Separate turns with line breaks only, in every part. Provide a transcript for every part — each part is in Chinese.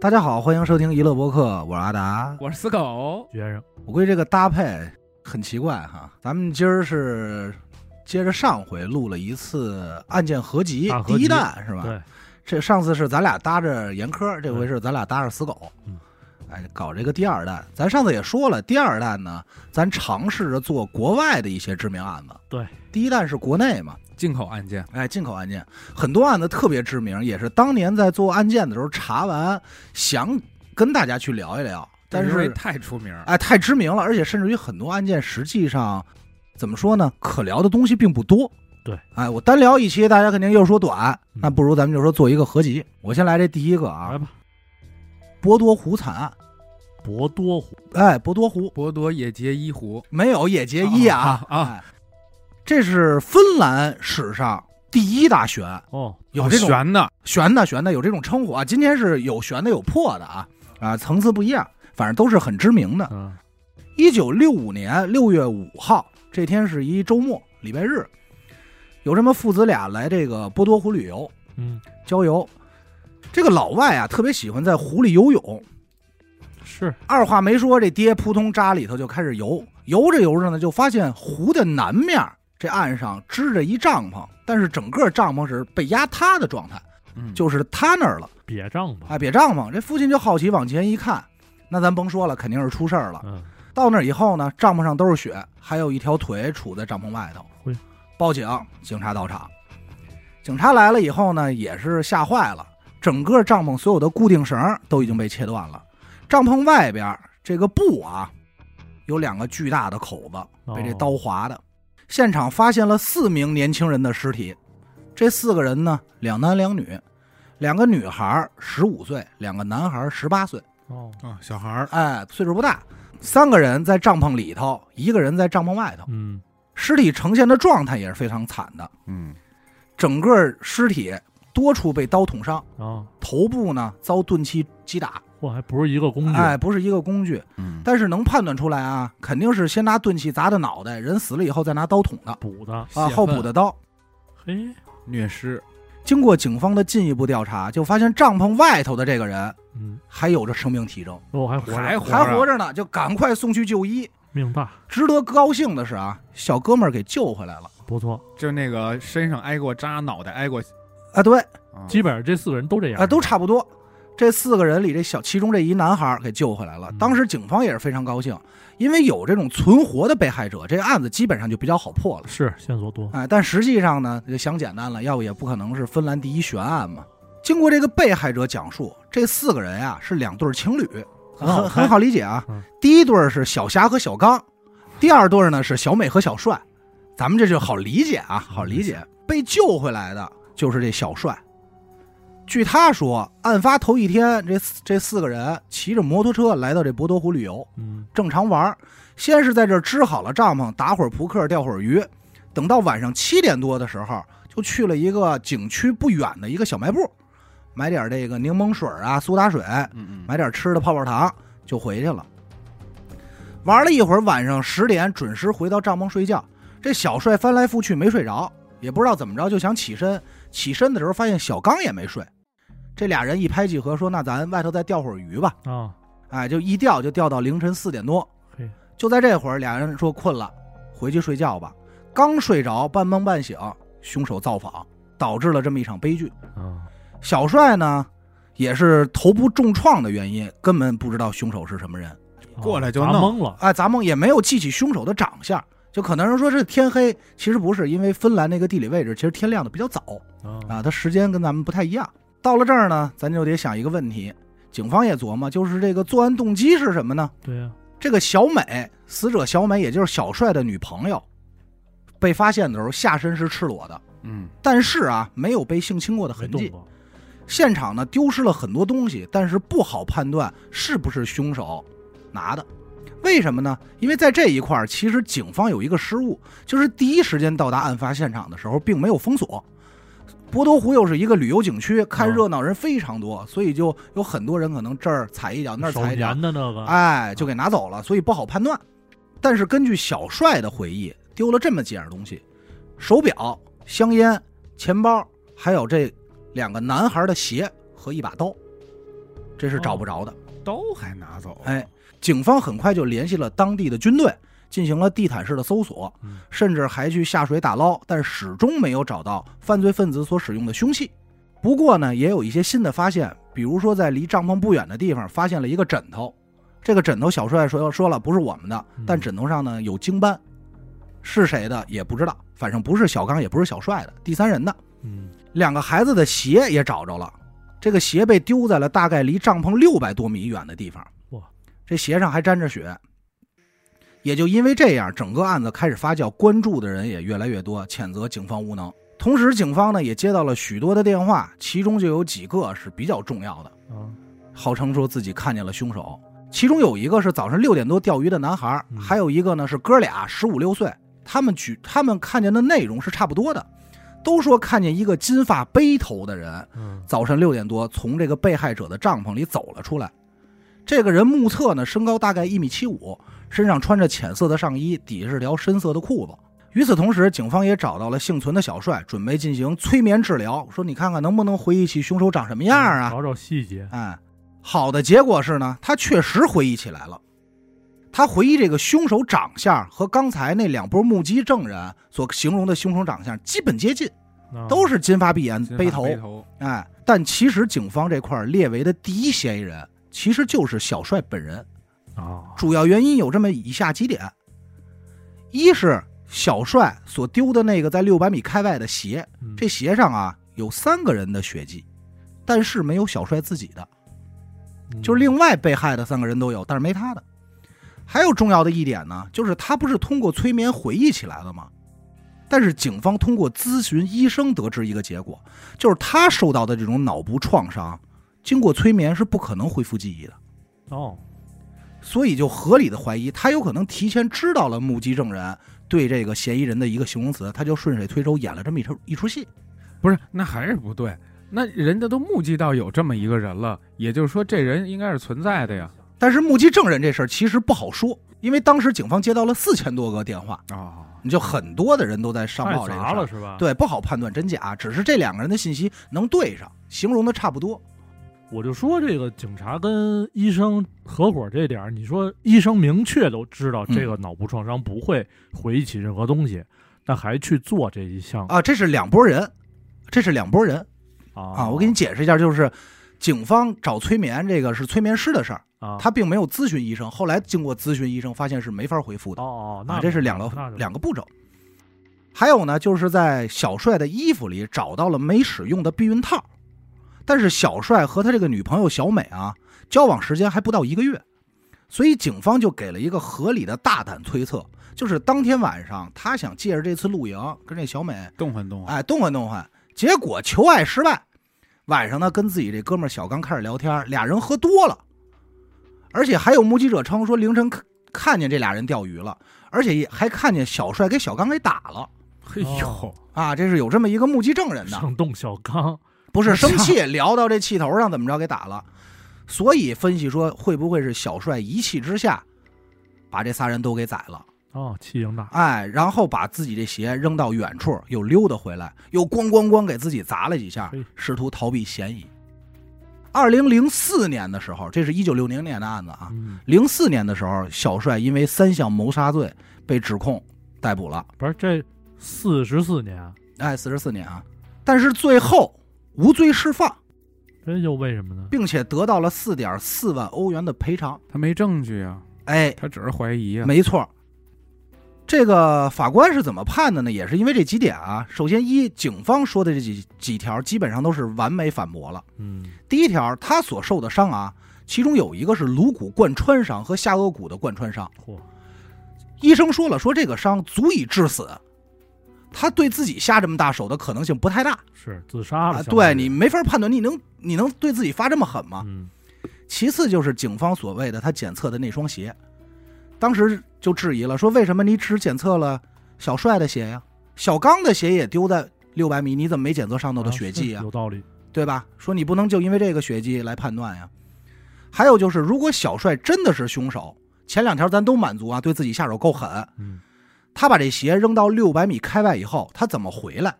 大家好，欢迎收听娱乐播客，我是阿达。
我是死狗，
学生，
我估计这个搭配很奇怪哈，咱们今儿是接着上回录了一次案件合集，
啊大合
第
集
一弹是吧？
对，
这上次是咱俩搭着严科，这回是咱俩搭着死狗。
嗯，
哎，搞这个第二弹，咱上次也说了，第二弹呢，咱尝试着做国外的一些知名案子。
对，
第一弹是国内嘛，
进口案件，
哎，进口案件很多案子特别知名，也是当年在做案件的时候查完，想跟大家去聊一聊，但
因为
是
太出名儿，
哎太知名了，而且甚至于很多案件实际上怎么说呢，可聊的东西并不多。
对，
哎，我单聊一期，大家肯定又说短，
嗯
那不如咱们就说做一个合集。我先来这第一个啊
来，吧，
博多湖惨案。
博多湖，
哎，博多湖
博多野结衣湖，
没有野结衣
哦
啊
啊啊啊
哎这是芬兰史上第一大悬案。
哦，
有这种
悬的，
悬的悬的有这种称呼啊，今天是有悬的有破的啊啊，层次不一样，反正都是很知名的。
嗯，
一九六五年六月五号，这天是一周末，礼拜日，有这么父子俩来这个波多湖旅游
嗯，
郊游。这个老外啊，特别喜欢在湖里游泳，
是，
二话没说，这爹扑通扎里头就开始游。游着游着呢，就发现湖的南面这岸上支着一帐篷，但是整个帐篷是被压塌的状态，
嗯，
就是塌那儿了。
瘪账吧，
哎，别帐篷。这父亲就好奇往前一看，那咱甭说了，肯定是出事儿了。
嗯，
到那儿以后呢，帐篷上都是血，还有一条腿杵在帐篷外头
嘿。
报警，警察到场。警察来了以后呢，也是吓坏了，整个帐篷所有的固定绳儿都已经被切断了。帐篷外边儿这个布啊，有两个巨大的口子，被这
哦
刀划的。现场发现了四名年轻人的尸体，这四个人呢，两男两女，两个女孩十五岁，两个男孩十八岁。
哦，
啊，小孩儿，
哎，岁数不大，三个人在帐篷里头，一个人在帐篷外头，
嗯，
尸体呈现的状态也是非常惨的，
嗯，
整个尸体多处被刀捅伤，
啊，
头部呢遭钝器击打，
嚯，还不是一个工具，
哎，不是一个工具，
嗯，
但是能判断出来啊，肯定是先拿钝器砸的脑袋，人死了以后再拿刀捅的
补的，
啊，后补的刀。
嘿，
虐尸，
经过警方的进一步调查，就发现帐篷外头的这个人
嗯，
还有着生命体征，
我还活着，
还活着
还活着呢，就赶快送去就医。
命大，
值得高兴的是啊，小哥们儿给救回来了。
不错，
就那个身上挨过扎，脑袋挨过，
啊，对，
啊
基本上这四个人都这样，
啊，都差不多。这四个人里，这小其中这一男孩儿给救回来了。
嗯
当时警方也是非常高兴，因为有这种存活的被害者，这案子基本上就比较好破了。
是线索多，
哎，但实际上呢，就想简单了，要不也不可能是芬兰第一悬案嘛。经过这个被害者讲述，这四个人呀、是两对儿情侣，很
很好
很
看
很好理解啊。
嗯
第一对儿是小霞和小刚，第二对儿呢是小美和小帅，咱们这就好理解啊，好理解。被救回来的就是这小帅。据他说，案发头一天，这四这四个人骑着摩托车来到这博多湖旅游，
嗯，
正常玩儿。先是在这儿支好了帐篷，打会儿扑克，钓会儿鱼。等到晚上七点多的时候，就去了一个景区不远的一个小卖部，买点这个柠檬水啊、苏打水，
嗯嗯，
买点吃的泡泡糖就回去了。玩了一会儿，晚上十点准时回到帐篷睡觉。这小帅翻来覆去没睡着，也不知道怎么着就想起身。起身的时候发现小刚也没睡，这俩人一拍即合，说那咱外头再钓会儿鱼吧。
啊，
哎，就一钓就钓到凌晨四点多
嘿。
就在这会儿，俩人说困了，回去睡觉吧。刚睡着，半梦半醒，凶手造访，导致了这么一场悲剧。
啊，
小帅呢，也是头部重创的原因，根本不知道凶手是什么人。
过来就
啊砸
弄
懵了，
哎，咱们也没有记起凶手的长相，就可能人说这天黑，其实不是，因为芬兰那个地理位置，其实天亮的比较早
啊，
啊，它时间跟咱们不太一样。到了这儿呢，咱就得想一个问题，警方也琢磨，就是这个作案动机是什么呢？
对呀，
这个小美，死者小美，也就是小帅的女朋友，被发现的时候下身是赤裸的，
嗯，
但是啊，没有被性侵过的
没
痕迹
动。过，
现场呢丢失了很多东西，但是不好判断是不是凶手拿的。为什么呢？因为在这一块儿，其实警方有一个失误，就是第一时间到达案发现场的时候，并没有封锁。博多湖又是一个旅游景区，看
嗯
热闹人非常多，所以就有很多人可能这儿踩一脚，那儿
手
踩一脚，
粘的那个，
哎，就给拿走了，所以不好判断。但是根据小帅的回忆，丢了这么几样东西：手表、香烟、钱包，还有这两个男孩的鞋和一把刀。这是找不着的。
都还拿走，
哎，警方很快就联系了当地的军队，进行了地毯式的搜索
嗯，
甚至还去下水打捞，但始终没有找到犯罪分子所使用的凶器。不过呢，也有一些新的发现，比如说在离帐篷不远的地方发现了一个枕头，这个枕头小帅说说了不是我们的
嗯，
但枕头上呢有经斑，是谁的也不知道，反正不是小刚，也不是小帅的，第三人的。
嗯，
两个孩子的鞋也找着了，这个鞋被丢在了大概离帐篷六百多米远的地方。
哇，
这鞋上还沾着血。也就因为这样，整个案子开始发酵，关注的人也越来越多，谴责警方无能。同时，警方呢也接到了许多的电话，其中就有几个是比较重要的，
啊，
号称说自己看见了凶手。其中有一个是早上六点多钓鱼的男孩
嗯，
还有一个呢是哥俩十五六岁，他们举他们看见的内容是差不多的，都说看见一个金发背头的人
嗯，
早晨六点多从这个被害者的帐篷里走了出来。这个人目测呢身高大概一米七五，身上穿着浅色的上衣，底下是条深色的裤子。与此同时，警方也找到了幸存的小帅，准备进行催眠治疗，说你看看能不能回忆起凶手长什么样啊？
找找细节，
哎，好的结果是呢，他确实回忆起来了。他回忆这个凶手长相和刚才那两波目击证人所形容的凶手长相基本接近，
啊
都是金发碧眼、
金发
背头。
背头，
哎，但其实警方这块儿列为的第一嫌疑人其实就是小帅本人。
啊，
主要原因有这么以下几点：一是小帅所丢的那个在六百米开外的鞋，
嗯
这鞋上啊有三个人的血迹，但是没有小帅自己的。就是另外被害的三个人都有，但是没他的。还有重要的一点呢，就是他不是通过催眠回忆起来的吗？但是警方通过咨询医生得知一个结果，就是他受到的这种脑部创伤，经过催眠是不可能恢复记忆的，
哦，
所以就合理的怀疑他有可能提前知道了目击证人对这个嫌疑人的一个形容词，他就顺水推舟演了这么一出一出戏。
不是，那还是不对。那人家都目击到有这么一个人了，也就是说这人应该是存在的呀。
但是目击证人这事儿其实不好说，因为当时警方接到了四千多个电话，
啊，
你就很多的人都在上
太
报这个事
杂
儿
了是吧？，
对，不好判断真假，只是这两个人的信息能对上，形容的差不多。
我就说这个警察跟医生合伙这点儿，你说医生明确都知道
嗯
这个脑部创伤不会回忆起任何东西，但还去做这一项
啊，这是两拨人，这是两拨人啊。
啊
我给你解释一下，就是警方找催眠这个是催眠师的事儿，
啊，
他并没有咨询医生。后来经过咨询医生，发现是没法回复的
哦哦，
啊
那，
这是两个
那就
两个步骤。还有呢，就是在小帅的衣服里找到了没使用的避孕套，但是小帅和他这个女朋友小美啊，交往时间还不到一个月，所以警方就给了一个合理的大胆推测，就是当天晚上他想借着这次露营跟这小美
动换动换，
哎动换动换，结果求爱失败，晚上呢跟自己这哥们儿小刚开始聊天，俩人喝多了，而且还有目击者称说凌晨看看见这俩人钓鱼了，而且也还看见小帅给小刚给打了
嘿呦
哦，
啊，这是有这么一个目击证人的。
上动小刚，
不是生气聊到这气头上，怎么着给打了？所以分析说，会不会是小帅一气之下，把这仨人都给宰了？
哦，气性大，
哎，然后把自己这鞋扔到远处，又溜达回来，又咣咣咣给自己砸了几下
嘿，
试图逃避嫌疑。二零零四年的时候，这是一九六零年的案子啊。
嗯，
零四年的时候，小帅因为三项谋杀罪被指控逮捕了，
不是这四十四年，啊
哎，四十四年啊。但是最后无罪释放，
这又为什么呢？
并且得到了四点四万欧元的赔偿。
他没证据啊，
哎，
他只是怀疑啊。
没错。这个法官是怎么判的呢？也是因为这几点啊。首先一，警方说的这几几条基本上都是完美反驳了。
嗯，
第一条，他所受的伤啊，其中有一个是颅骨贯穿伤和下颚骨的贯穿伤。
嚯，
医生说了，说这个伤足以致死，他对自己下这么大手的可能性不太大
是自杀了，
啊。
相当
对
于
你，没法判断，你能你能对自己发这么狠吗？
嗯，
其次就是警方所谓的他检测的那双鞋，当时就质疑了，说为什么你只检测了小帅的鞋呀、小刚的鞋也丢在六百米，你怎么没检测上头的
啊
血
是
迹呀、
有道理，
对吧？说你不能就因为这个血迹来判断呀。还有就是，如果小帅真的是凶手，前两条咱都满足啊，对自己下手够狠，
嗯，
他把这鞋扔到六百米开外以后，他怎么回来？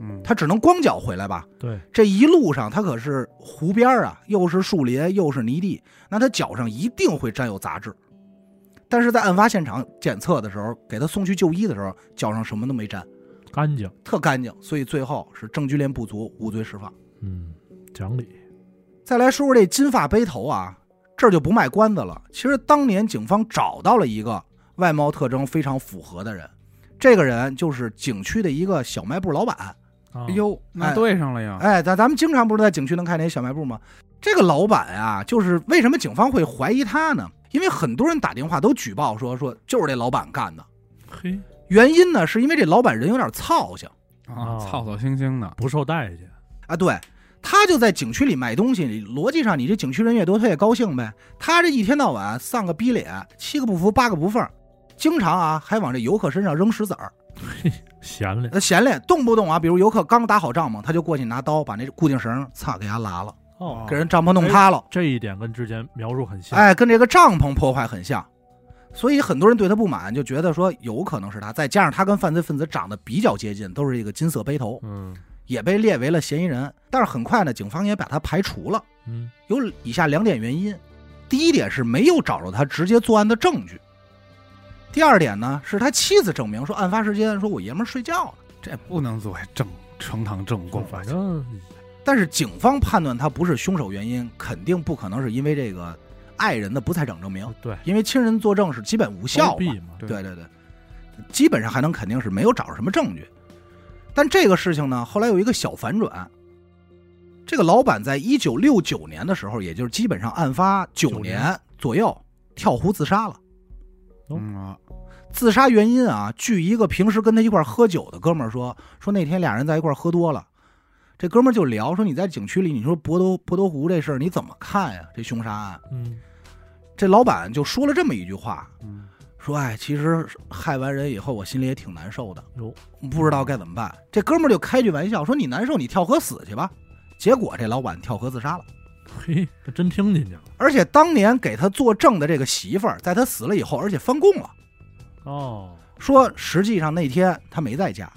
嗯，
他只能光脚回来吧？
对，
这一路上他可是湖边儿啊，又是树林，又是泥地，那他脚上一定会沾有杂质。但是在案发现场检测的时候，给他送去就医的时候，脚上什么都没沾，
干净，
特干净，所以最后是证据链不足，无罪释放。
嗯，讲理，
再来说说这金发背头啊，这儿就不卖关子了。其实当年警方找到了一个外貌特征非常符合的人，这个人就是景区的一个小卖部老板。
啊
哎，呦，那对上了呀，
哎，咱咱们经常不是在景区能看见小卖部吗？这个老板啊，就是为什么警方会怀疑他呢？因为很多人打电话都举报说说就是这老板干的。
嘿，
原因呢，是因为这老板人有点操性
啊，
啊
操操心心的，
不受待见，
啊。对，他就在景区里卖东西，你逻辑上你这景区人越多，他越高兴呗。他这一天到晚丧个逼脸，七个不服八个不忿，经常啊还往这游客身上扔石子儿，
闲了，
呃闲练动不动啊，比如游客刚打好帐篷，他就过去拿刀把那固定绳儿擦给他拉了，
哦
给人帐篷弄塌了。
这一点跟之前描述很像，，
哎，跟这个帐篷破坏很像，所以很多人对他不满，就觉得说有可能是他。再加上他跟犯罪分子长得比较接近，都是一个金色背头，
嗯
也被列为了嫌疑人。但是很快呢，警方也把他排除了，
嗯，
有以下两点原因：第一点是没有找着他直接作案的证据；第二点呢是他妻子证明说案发时间说我爷们儿睡觉呢。
这不能作为正呈堂证供，
反正
但是警方判断他不是凶手原因，肯定不可能是因为这个爱人的不在场证明，
对，
因为亲人作证是基本无效
包
嘛。
庇嘛，
对
对对对，基本上还能肯定是没有找着什么证据。但这个事情呢，后来有一个小反转。这个老板在一九六九年的时候，也就是基本上案发九
九
年左右，跳湖自杀了。
嗯啊，
自杀原因啊，据一个平时跟他一块儿喝酒的哥们儿说，说那天俩人在一块儿喝多了，这哥们儿就聊说你在景区里，你说博多博多湖这事儿你怎么看呀？这凶杀案，
嗯，
这老板就说了这么一句话，
嗯
说哎，其实害完人以后，我心里也挺难受的。
有
不知道该怎么办。这哥们儿就开句玩笑说：“你难受，你跳河死去吧。”结果这老板跳河自杀了。
嘿，他真听进去了，
而且当年给他作证的这个媳妇儿，在他死了以后，而且翻供了，
哦，
说实际上那天他没在家。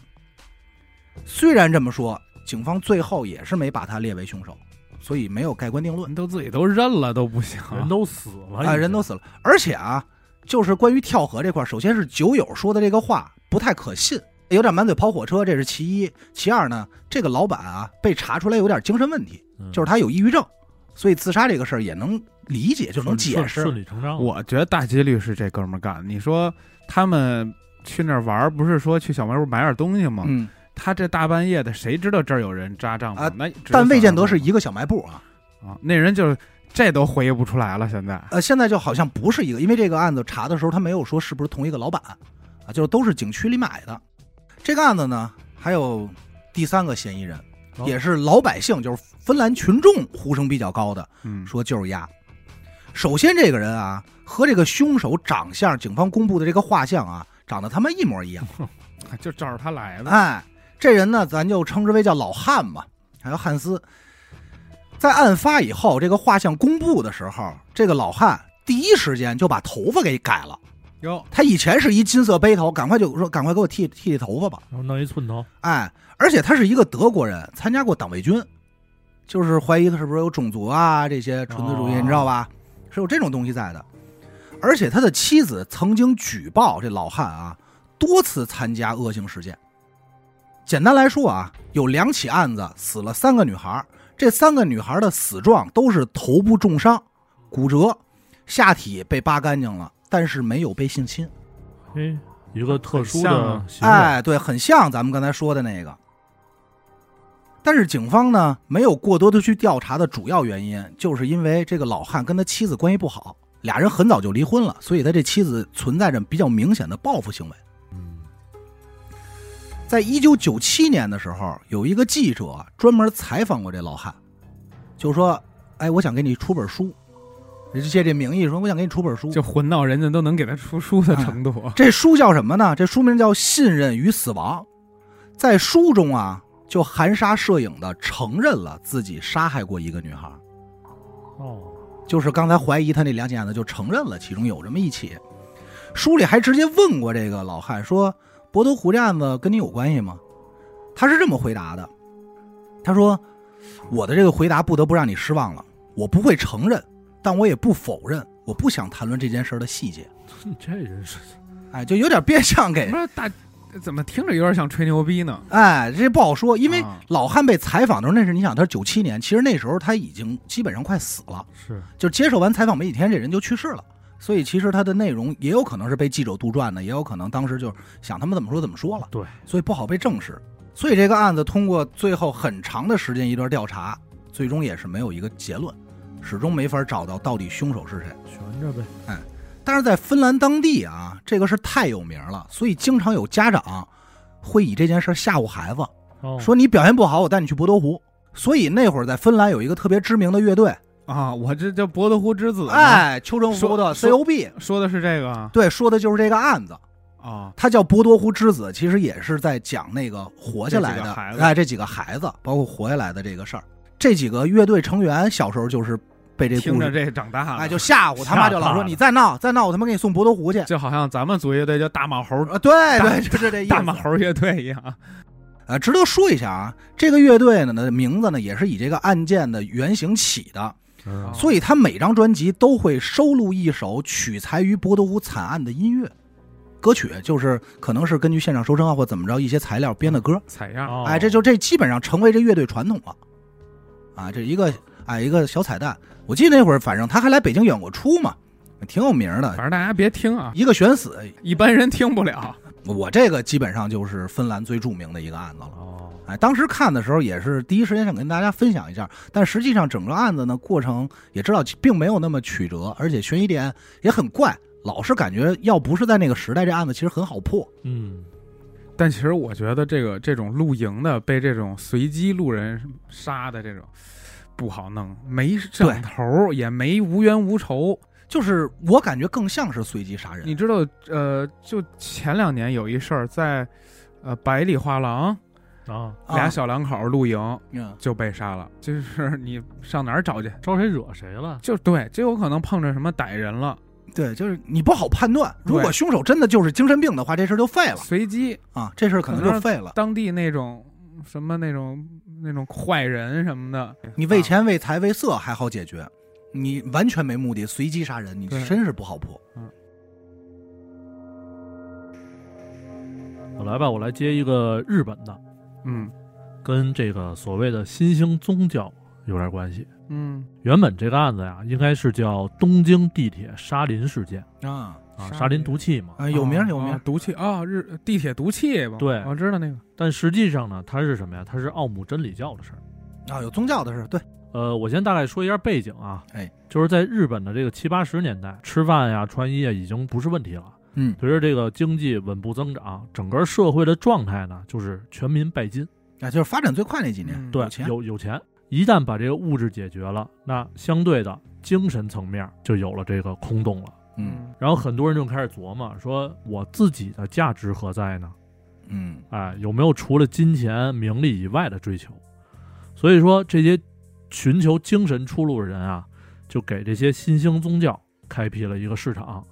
虽然这么说，警方最后也是没把他列为凶手，所以没有盖棺定论
人都自己都认了都不行啊，
人都死了
啊、人都
已
死了。而且啊，就是关于跳河这块儿，首先是酒友说的这个话不太可信，有点满嘴跑火车，这是其一。其二呢，这个老板啊被查出来有点精神问题，
经
就是他有抑郁症，所以自杀这个事儿也能理解，就能
顺
解
顺
释
顺。理成章了，
我觉得大几率是这哥们儿干的。你说他们去那儿玩儿，不是说去小卖部买点东西吗？
嗯，
他这大半夜的，谁知道这儿有人扎帐篷？
啊
那只有
但未见
小
得
卖
是
部
一个小卖部啊。
啊，那人就是这都回忆不出来了。现在，
呃，现在就好像不是一个，因为这个案子查的时候他没有说是不是同一个老板啊，就是都是景区里买的。这个案子呢，还有第三个嫌疑人，
哦
也是老百姓，就是芬兰群众呼声比较高的，
嗯，
说就是鸭。首先，这个人啊和这个凶手长相，警方公布的这个画像啊，长得他妈一模一样。
就照着他来的。
哎，这人呢，咱就称之为叫老汉吧，还有汉斯。在案发以后，这个画像公布的时候，这个老汉第一时间就把头发给改了。
哟，
他以前是一金色背头，赶快就说赶快给我剃剃剃头发吧。
然后哦弄一寸头，
哎，而且他是一个德国人，参加过党卫军，就是怀疑他是不是有种族啊这些纯粹主义，
哦
你知道吧？是有这种东西在的。而且他的妻子曾经举报这老汉啊，多次参加恶性事件。简单来说啊，有两起案子死了三个女孩，这三个女孩的死状都是头部重伤、骨折，下体被扒干净了，但是没有被性侵。
嘿，一个特殊
很像啊
的行为，
哎，对，很像咱们刚才说的那个。但是警方呢，没有过多的去调查的主要原因，就是因为这个老汉跟他妻子关系不好，俩人很早就离婚了，所以他这妻子存在着比较明显的报复行为。
嗯，
在一九九七年的时候，有一个记者专门采访过这老汉，就说：“哎，我想给你出本书。”人家借这名义说：“我想给你出本书。”
就混到人家都能给他出书的程度，
这书叫什么呢？这书名叫《信任与死亡》。在书中啊，就含沙射影的承认了自己杀害过一个女孩，
哦，
就是刚才怀疑他那两起案子，就承认了其中有这么一起。书里还直接问过这个老汉说：“博多湖这案子跟你有关系吗？”他是这么回答的：“他说，我的这个回答不得不让你失望了，我不会承认，但我也不否认，我不想谈论这件事儿的细节。
你这人是
哎，就有点变相给
不是大，怎么听着有点像吹牛逼呢？
哎，这不好说，因为
啊
老汉被采访的时候，那是你想，他是九七年，其实那时候他已经基本上快死了，
是
就接受完采访没几天，这人就去世了。所以其实他的内容也有可能是被记者杜撰的，也有可能当时就是想他们怎么说怎么说了，
对，
所以不好被证实。所以这个案子通过最后很长的时间一段调查，最终也是没有一个结论，始终没法找到到底凶手是谁。
悬着呗，
但是在芬兰当地啊，这个事儿太有名了，所以经常有家长会以这件事儿吓唬孩子，
哦
说你表现不好，我带你去博多湖。所以那会儿在芬兰有一个特别知名的乐队，
啊，我这叫博德湖之子嘛，
哎，邱正福的
说
COB，
说的是这个啊
对，说的就是这个案子。
啊，
他叫博多湖之子，其实也是在讲那个活下来
这
的
几个孩，子
哎，这几个孩子，包括活下来的这个事儿。这几个乐队成员小时候就是被这
听
故
着
事，
这长大了，
哎，就吓唬他妈，就老
吓
说
怕了
你再闹再闹，我他妈给你送博多湖去。
就好像咱们组乐队叫大马猴
啊，对
大
对，就是这意思。
大马猴乐队一样。
呃，值得说一下啊，这个乐队呢的名字呢也是以这个案件的原型起的，
嗯
所以他每张专辑都会收录一首取材于博多湖惨案的音乐歌曲，就是可能是根据现场收声啊或怎么着一些材料编的歌。
采样，
哦
哎，这就这基本上成为这乐队传统了。啊，这一个哎一个小彩蛋，我记得那会儿反正他还来北京演过出嘛，挺有名
反
的。
正大家别听啊，
一个悬死，
一般人听不了。
我这个基本上就是芬兰最著名的一个案子了。
哦，
哎，当时看的时候也是第一时间想跟大家分享一下，但实际上整个案子呢过程也知道并没有那么曲折，而且悬疑点也很怪，老是感觉要不是在那个时代，这案子其实很好破。
嗯，
但其实我觉得这个这种露营的被这种随机路人杀的这种不好弄，没
对
上头儿也没无冤无仇。
就是我感觉更像是随机杀人
你，知道，呃，就前两年有一事儿，在呃百里画廊
啊，
啊
俩小两口儿露营
嗯，
就被杀了，就是你上哪儿找去？
招谁惹谁了？
就对，就有可能碰着什么歹人了，
对，就是你不好判断。如果
对
凶手真的就是精神病的话，这事儿就废了
随机
啊，这事儿可能
可
就
能
废了。
当地那种什么那种那种坏人什么的，啊
你为钱为财为色还好解决，你完全没目的随机杀人，你
对
真是不好破。
我来吧，我来接一个日本的，
嗯
跟这个所谓的新兴宗教有点关系。
嗯
原本这个案子呀，应该是叫东京地铁沙林事件
啊
啊，
沙
沙林
林
毒气嘛。
啊，有名儿
哦
有名
哦
儿，
毒气啊、哦日地铁毒气吧？
对
我知道那个。
但实际上呢，它是什么呀？它是奥姆真理教的事儿。
哦
啊，有宗教的事儿，对，
呃，我先大概说一下背景啊，
哎，
就是在日本的这个七八十年代，吃饭呀、穿衣啊已经不是问题了。
嗯
随着这个经济稳步增长，整个社会的状态呢，就是全民拜金，
啊，就是发展最快那几年，
嗯
对
有钱，
有有钱。一旦把这个物质解决了，那相对的精神层面就有了这个空洞了。
嗯
然后很多人就开始琢磨，说我自己的价值何在呢？
嗯
哎，有没有除了金钱、名利以外的追求？所以说，这些寻求精神出路的人啊，就给这些新兴宗教开辟了一个市场，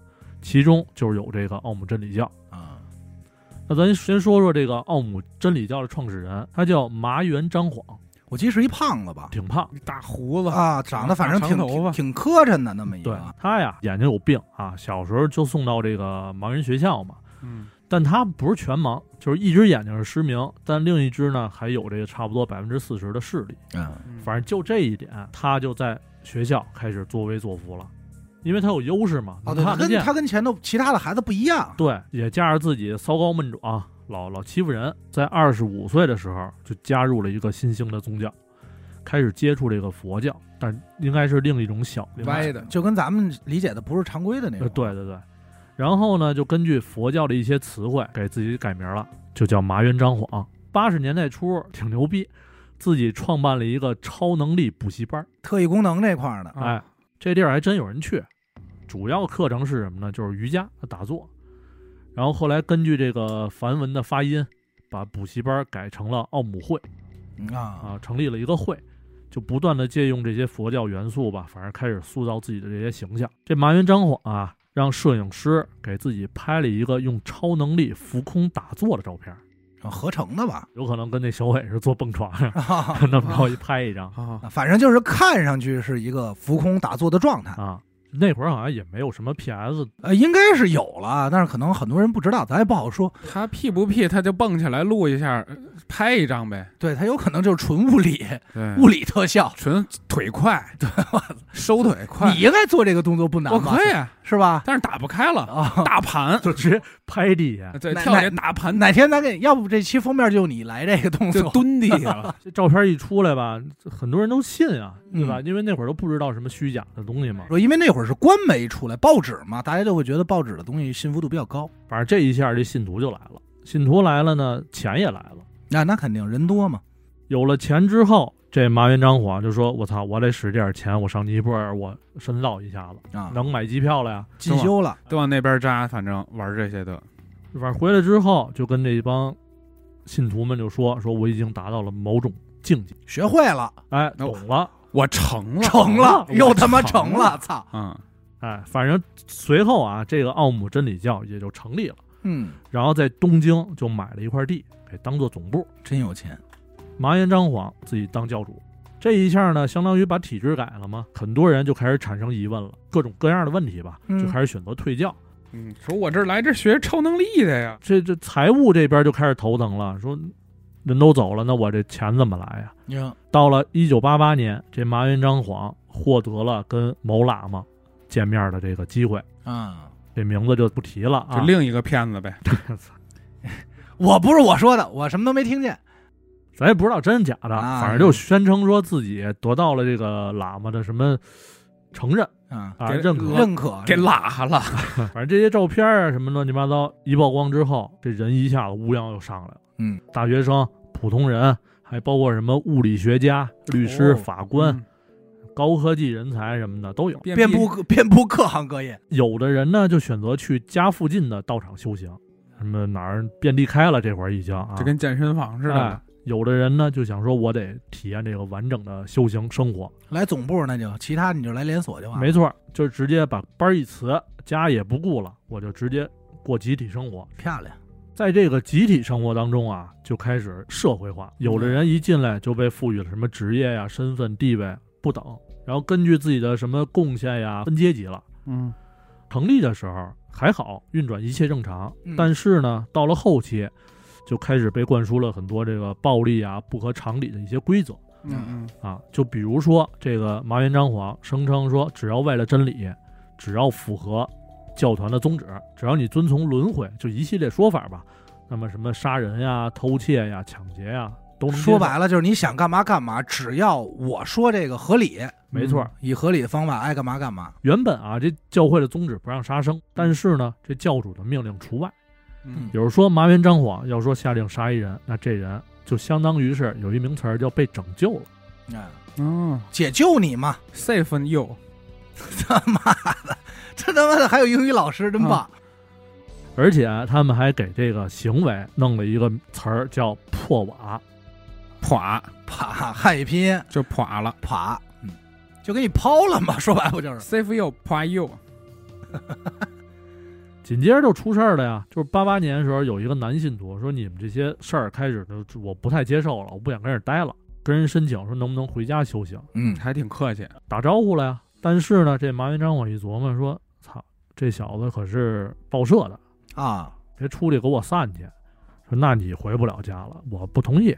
其中就是有这个奥姆真理教。
啊，
那咱先说说这个奥姆真理教的创始人，他叫麻原彰晃，
我记得是一胖子吧，
挺胖。
一嗯大胡子，
啊，长得反正挺
长头发
挺挺磕碜的那么一
对
个，啊
他呀，眼睛有病啊，小时候就送到这个盲人学校嘛。
嗯，
但他不是全盲，就是一只眼睛是失明，但另一只呢还有这个差不多百分之四十的视力。
嗯
反正就这一点，他就在学校开始作威作福了，因为他有优势嘛，
啊
哦，对，
能
他
看得
跟
见。
他跟前头其他的孩子不一样，
对，也加上自己骚高闷壮、啊老老欺负人，在二十五岁的时候就加入了一个新兴的宗教，开始接触这个佛教，但应该是另一种小另外
歪的，
就跟咱们理解的不是常规的那
呃，
种，
对对对。然后呢，就根据佛教的一些词汇给自己改名了，就叫麻原彰晃。八十年代初挺牛逼，自己创办了一个超能力补习班儿，
特异功能这块儿的，
啊
哎，这地儿还真有人去。主要课程是什么呢？就是瑜伽、打坐。然后后来根据这个梵文的发音，把补习班改成了奥姆会
嗯啊，
啊，成立了一个会，就不断的借用这些佛教元素吧，反正开始塑造自己的这些形象。这麻原彰晃啊，让摄影师给自己拍了一个用超能力浮空打坐的照片。
合成的吧？
有可能跟那小伟是坐蹦床上
啊，
那么着一拍一张
啊，
反正就是看上去是一个浮空打坐的状态，
啊。那会儿好像也没有什么 PS
呃，应该是有了，但是可能很多人不知道，咱也不好说。
他屁不屁，他就蹦起来录一下，呃拍一张呗。
对，它有可能就是纯物理
对，
物理特效。
纯腿快，对，收腿快
你，应该做这个动作不难
我
吧？
可以，啊
是吧？
但是打不开 了，
啊，
大盘，
就直接拍地下，
对，
那
跳起来
那
打盘
哪天咱给，要不这期封面就你来这个动
就
作，
蹲地 下了。
这照片一出来吧，很多人都信啊，对吧？因为那会儿都不知道什么虚假的东西嘛。
说因为那会儿是官媒出来，报纸嘛，大家就会觉得报纸的东西信服度比较高。
反正这一下，这信徒就来了，信徒来了呢，钱也来了。
那、那肯定人多嘛，
有了钱之后，这麻原彰晃就说：“我操，我得使点钱，我上尼泊尔，我深造一下子，
啊，
能买机票了呀。
进修了，
都往那边扎，反正玩这些的。”
反正回来之后，就跟这一帮信徒们就说：“说我已经达到了某种境界，
学会了，
哎，
那我
懂了，
我成了，
成了，
我
又他妈
成
成了，，操！
嗯，
哎，反正随后啊，这个奥姆真理教也就成立了，
嗯，
然后在东京就买了一块地，给当做总部，
真有钱，
麻原彰晃自己当教主。”这一下呢，相当于把体制改了嘛，很多人就开始产生疑问了，各种各样的问题吧，
嗯
就开始选择退教。
嗯，说我这来这学超能力的呀，
这这财务这边就开始头疼了，说人都走了，那我这钱怎么来呀？
你看，
到了一九八八年，这麻原彰晃获得了跟某喇嘛见面的这个机会，
啊，
这名字就不提了
就
啊。
另一个骗子呗。
我不是我说的，我什么都没听见，
咱也不知道真假的，
啊
反正就宣称说自己得到了这个喇嘛的什么承认
啊，
啊
给
认可，
认可
给拉了，
反正这些照片啊什么乱七八糟一曝光之后，这人一下子乌泱又上来了，
嗯，
大学生、普通人，还包括什么物理学家、律师、
哦
法官。高科技人才什么的都有。
遍
遍布各遍布各行各业，
有的人呢，就选择去家附近的道场修行，什么哪儿遍地开了，这会儿已经啊，
就跟健身房似的
哎。有的人呢，就想说，我得体验这个完整的修行生活。
来总部那就，其他你就来连锁就完了。
没错儿，就直接把班儿一辞，家也不顾了，我就直接过集体生活。
漂亮，
在这个集体生活当中啊，就开始社会化。
嗯
有的人一进来就被赋予了什么职业呀、身份、地位不等，然后根据自己的什么贡献呀分阶级了。
嗯，
成立的时候还好，运转一切正常
嗯，
但是呢，到了后期就开始被灌输了很多这个暴力啊、不合常理的一些规则
嗯
啊，就比如说这个麻原彰晃声称说，只要为了真理，只要符合教团的宗旨，只要你遵从轮回，就一系列说法吧，那么什么杀人呀、偷窃呀、抢劫呀，都能接受
说，白了就是你想干嘛干嘛，只要我说这个合理，
没错。
嗯
以合理的方法爱干嘛干嘛。
原本啊，这教会的宗旨不让杀生，但是呢，这教主的命令除外。
嗯
比如说麻原彰晃要说下令杀一人，那这人就相当于是有一名词儿叫被拯救了。
啊，
嗯
解救你嘛！
，safe and you，
他妈的，这他妈的还有英语老师真棒！
而且他们还给这个行为弄了一个词儿叫破瓦，
垮
啪，汉语拼音
就垮了
啪，嗯，就给你抛了嘛，说白了不就是？
，safe you 垮 you，
紧接着就出事儿了呀。就是八八年的时候，有一个男信徒说：“你们这些事儿开始就我不太接受了，我不想跟这儿待了。”跟人申请说能不能回家修行，
嗯，
还挺客气。
打招呼了呀。但是呢，这麻原彰晃一琢磨说：“操，这小子可是报社的，
啊，
别出去给我散去。说那你回不了家了，我不同意。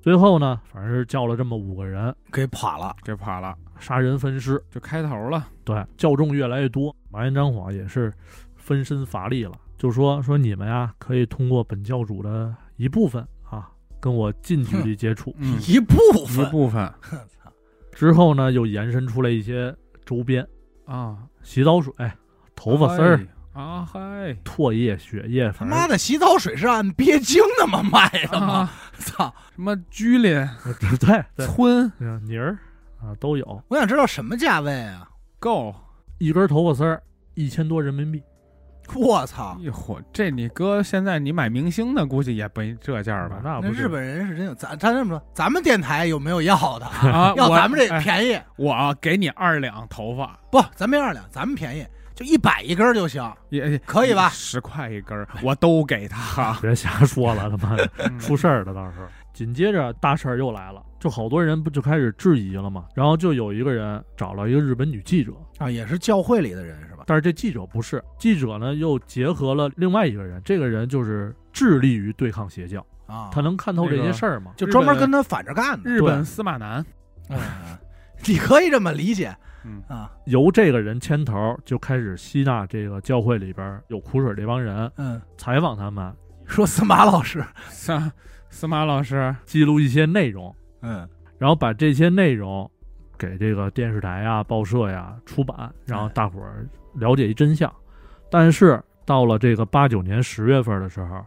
最后呢，反正是叫了这么五个人，
给垮了，
给垮了，
杀人分尸。
就开头了。
对，教众越来越多，麻原彰晃也是分身乏力了，就说说你们呀，可以通过本教主的一部分啊，跟我近距离接触。
嗯，
一部
一
分，
部分
操，
之后呢，又延伸出来一些周边，
啊，
洗澡水、哎头发丝儿、
哎啊嗨
唾液、血液，
他
反
妈
正
的洗澡水是按鳖精那么卖的吗？
啊，
操！
什么居林
对对，
村
嗯泥儿啊都有，
我想知道什么价位啊？
够，
一根头发丝儿一千多人民币。
我操！
一伙这你哥现在你买明星的估计也没这价儿吧？
那
那
不是。
日本人是真有，咱咱这么说，咱们电台有没有 要的啊？
啊，
要
我
咱们这
哎
便宜，
我给你二两头发，
不，咱没二两，咱们便宜。就一百一根儿就行。
也也
可以吧
十块一根儿，我都给他
别瞎说了，他妈 的
嗯
出事儿了，到时候。紧接着大事儿又来了，就好多人不就开始质疑了嘛。然后就有一个人找了一个日本女记者，
啊，也是教会里的人是吧？
但是这记者不是记者呢，又结合了另外一个人，这个人就是致力于对抗邪教，
啊，
他能看透这
这
些
个
事儿吗？
就专门
日本
跟他反着干的。
日本司马南，
嗯你可以这么理解
嗯，
啊，
由这个人牵头，就开始吸纳这个教会里边有苦水这帮人，
嗯，
采访他们，
说司马老师，
司司马老师，
记录一些内容，
嗯，
然后把这些内容给这个电视台呀、报社呀出版，然
哎
后大伙儿了解一真相。但是到了这个八九年十月份的时候，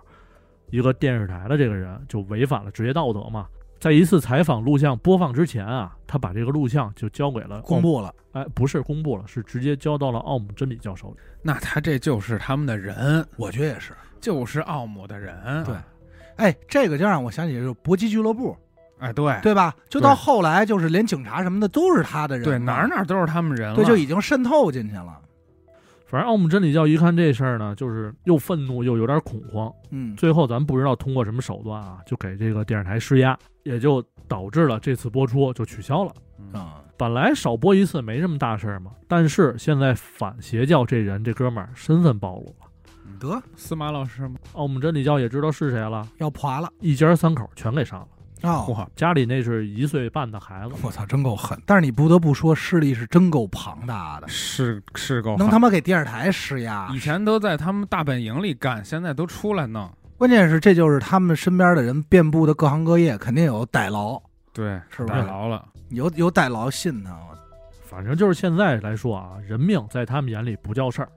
一个电视台的这个人就违反了职业道德嘛，在一次采访录像播放之前啊，他把这个录像就交给了
公，布了，
哎，不是公布了，是直接交到了奥姆真理教手里。
那他这就是他们的人，
我觉得也是。
就是奥姆的人。
对哎，这个就让我想起就是搏击俱乐部，
哎，对
对吧？就到
对
后来就是连警察什么的都是他的人嘛，
对，哪儿哪儿都是他们人了。
对，就已经渗透进去了。
反正奥姆真理教一看这事儿呢，就是又愤怒又有点恐慌，
嗯，
最后咱不知道通过什么手段啊，就给这个电视台施压，也就导致了这次播出就取消了。
嗯
啊，
本来少播一次没什么大事儿嘛，但是现在反邪教这人这哥们儿身份暴露了，
得
司马老师吗？
奥姆真理教也知道是谁了，
要垮了
一家三口全给杀了。
啊！
嚯，
家里那是一岁半的孩子，
我操，真够狠！但是你不得不说，势力是真够庞大的，
是是够狠
能他妈给电视台施压。
以前都在他们大本营里干，现在都出来弄。
关键是，这就是他们身边的人遍布的各行各业，肯定有逮牢，
对，
是不
打
是？
牢了。
有有逮牢信他，我
反正就是现在来说啊，人命在他们眼里不叫事儿。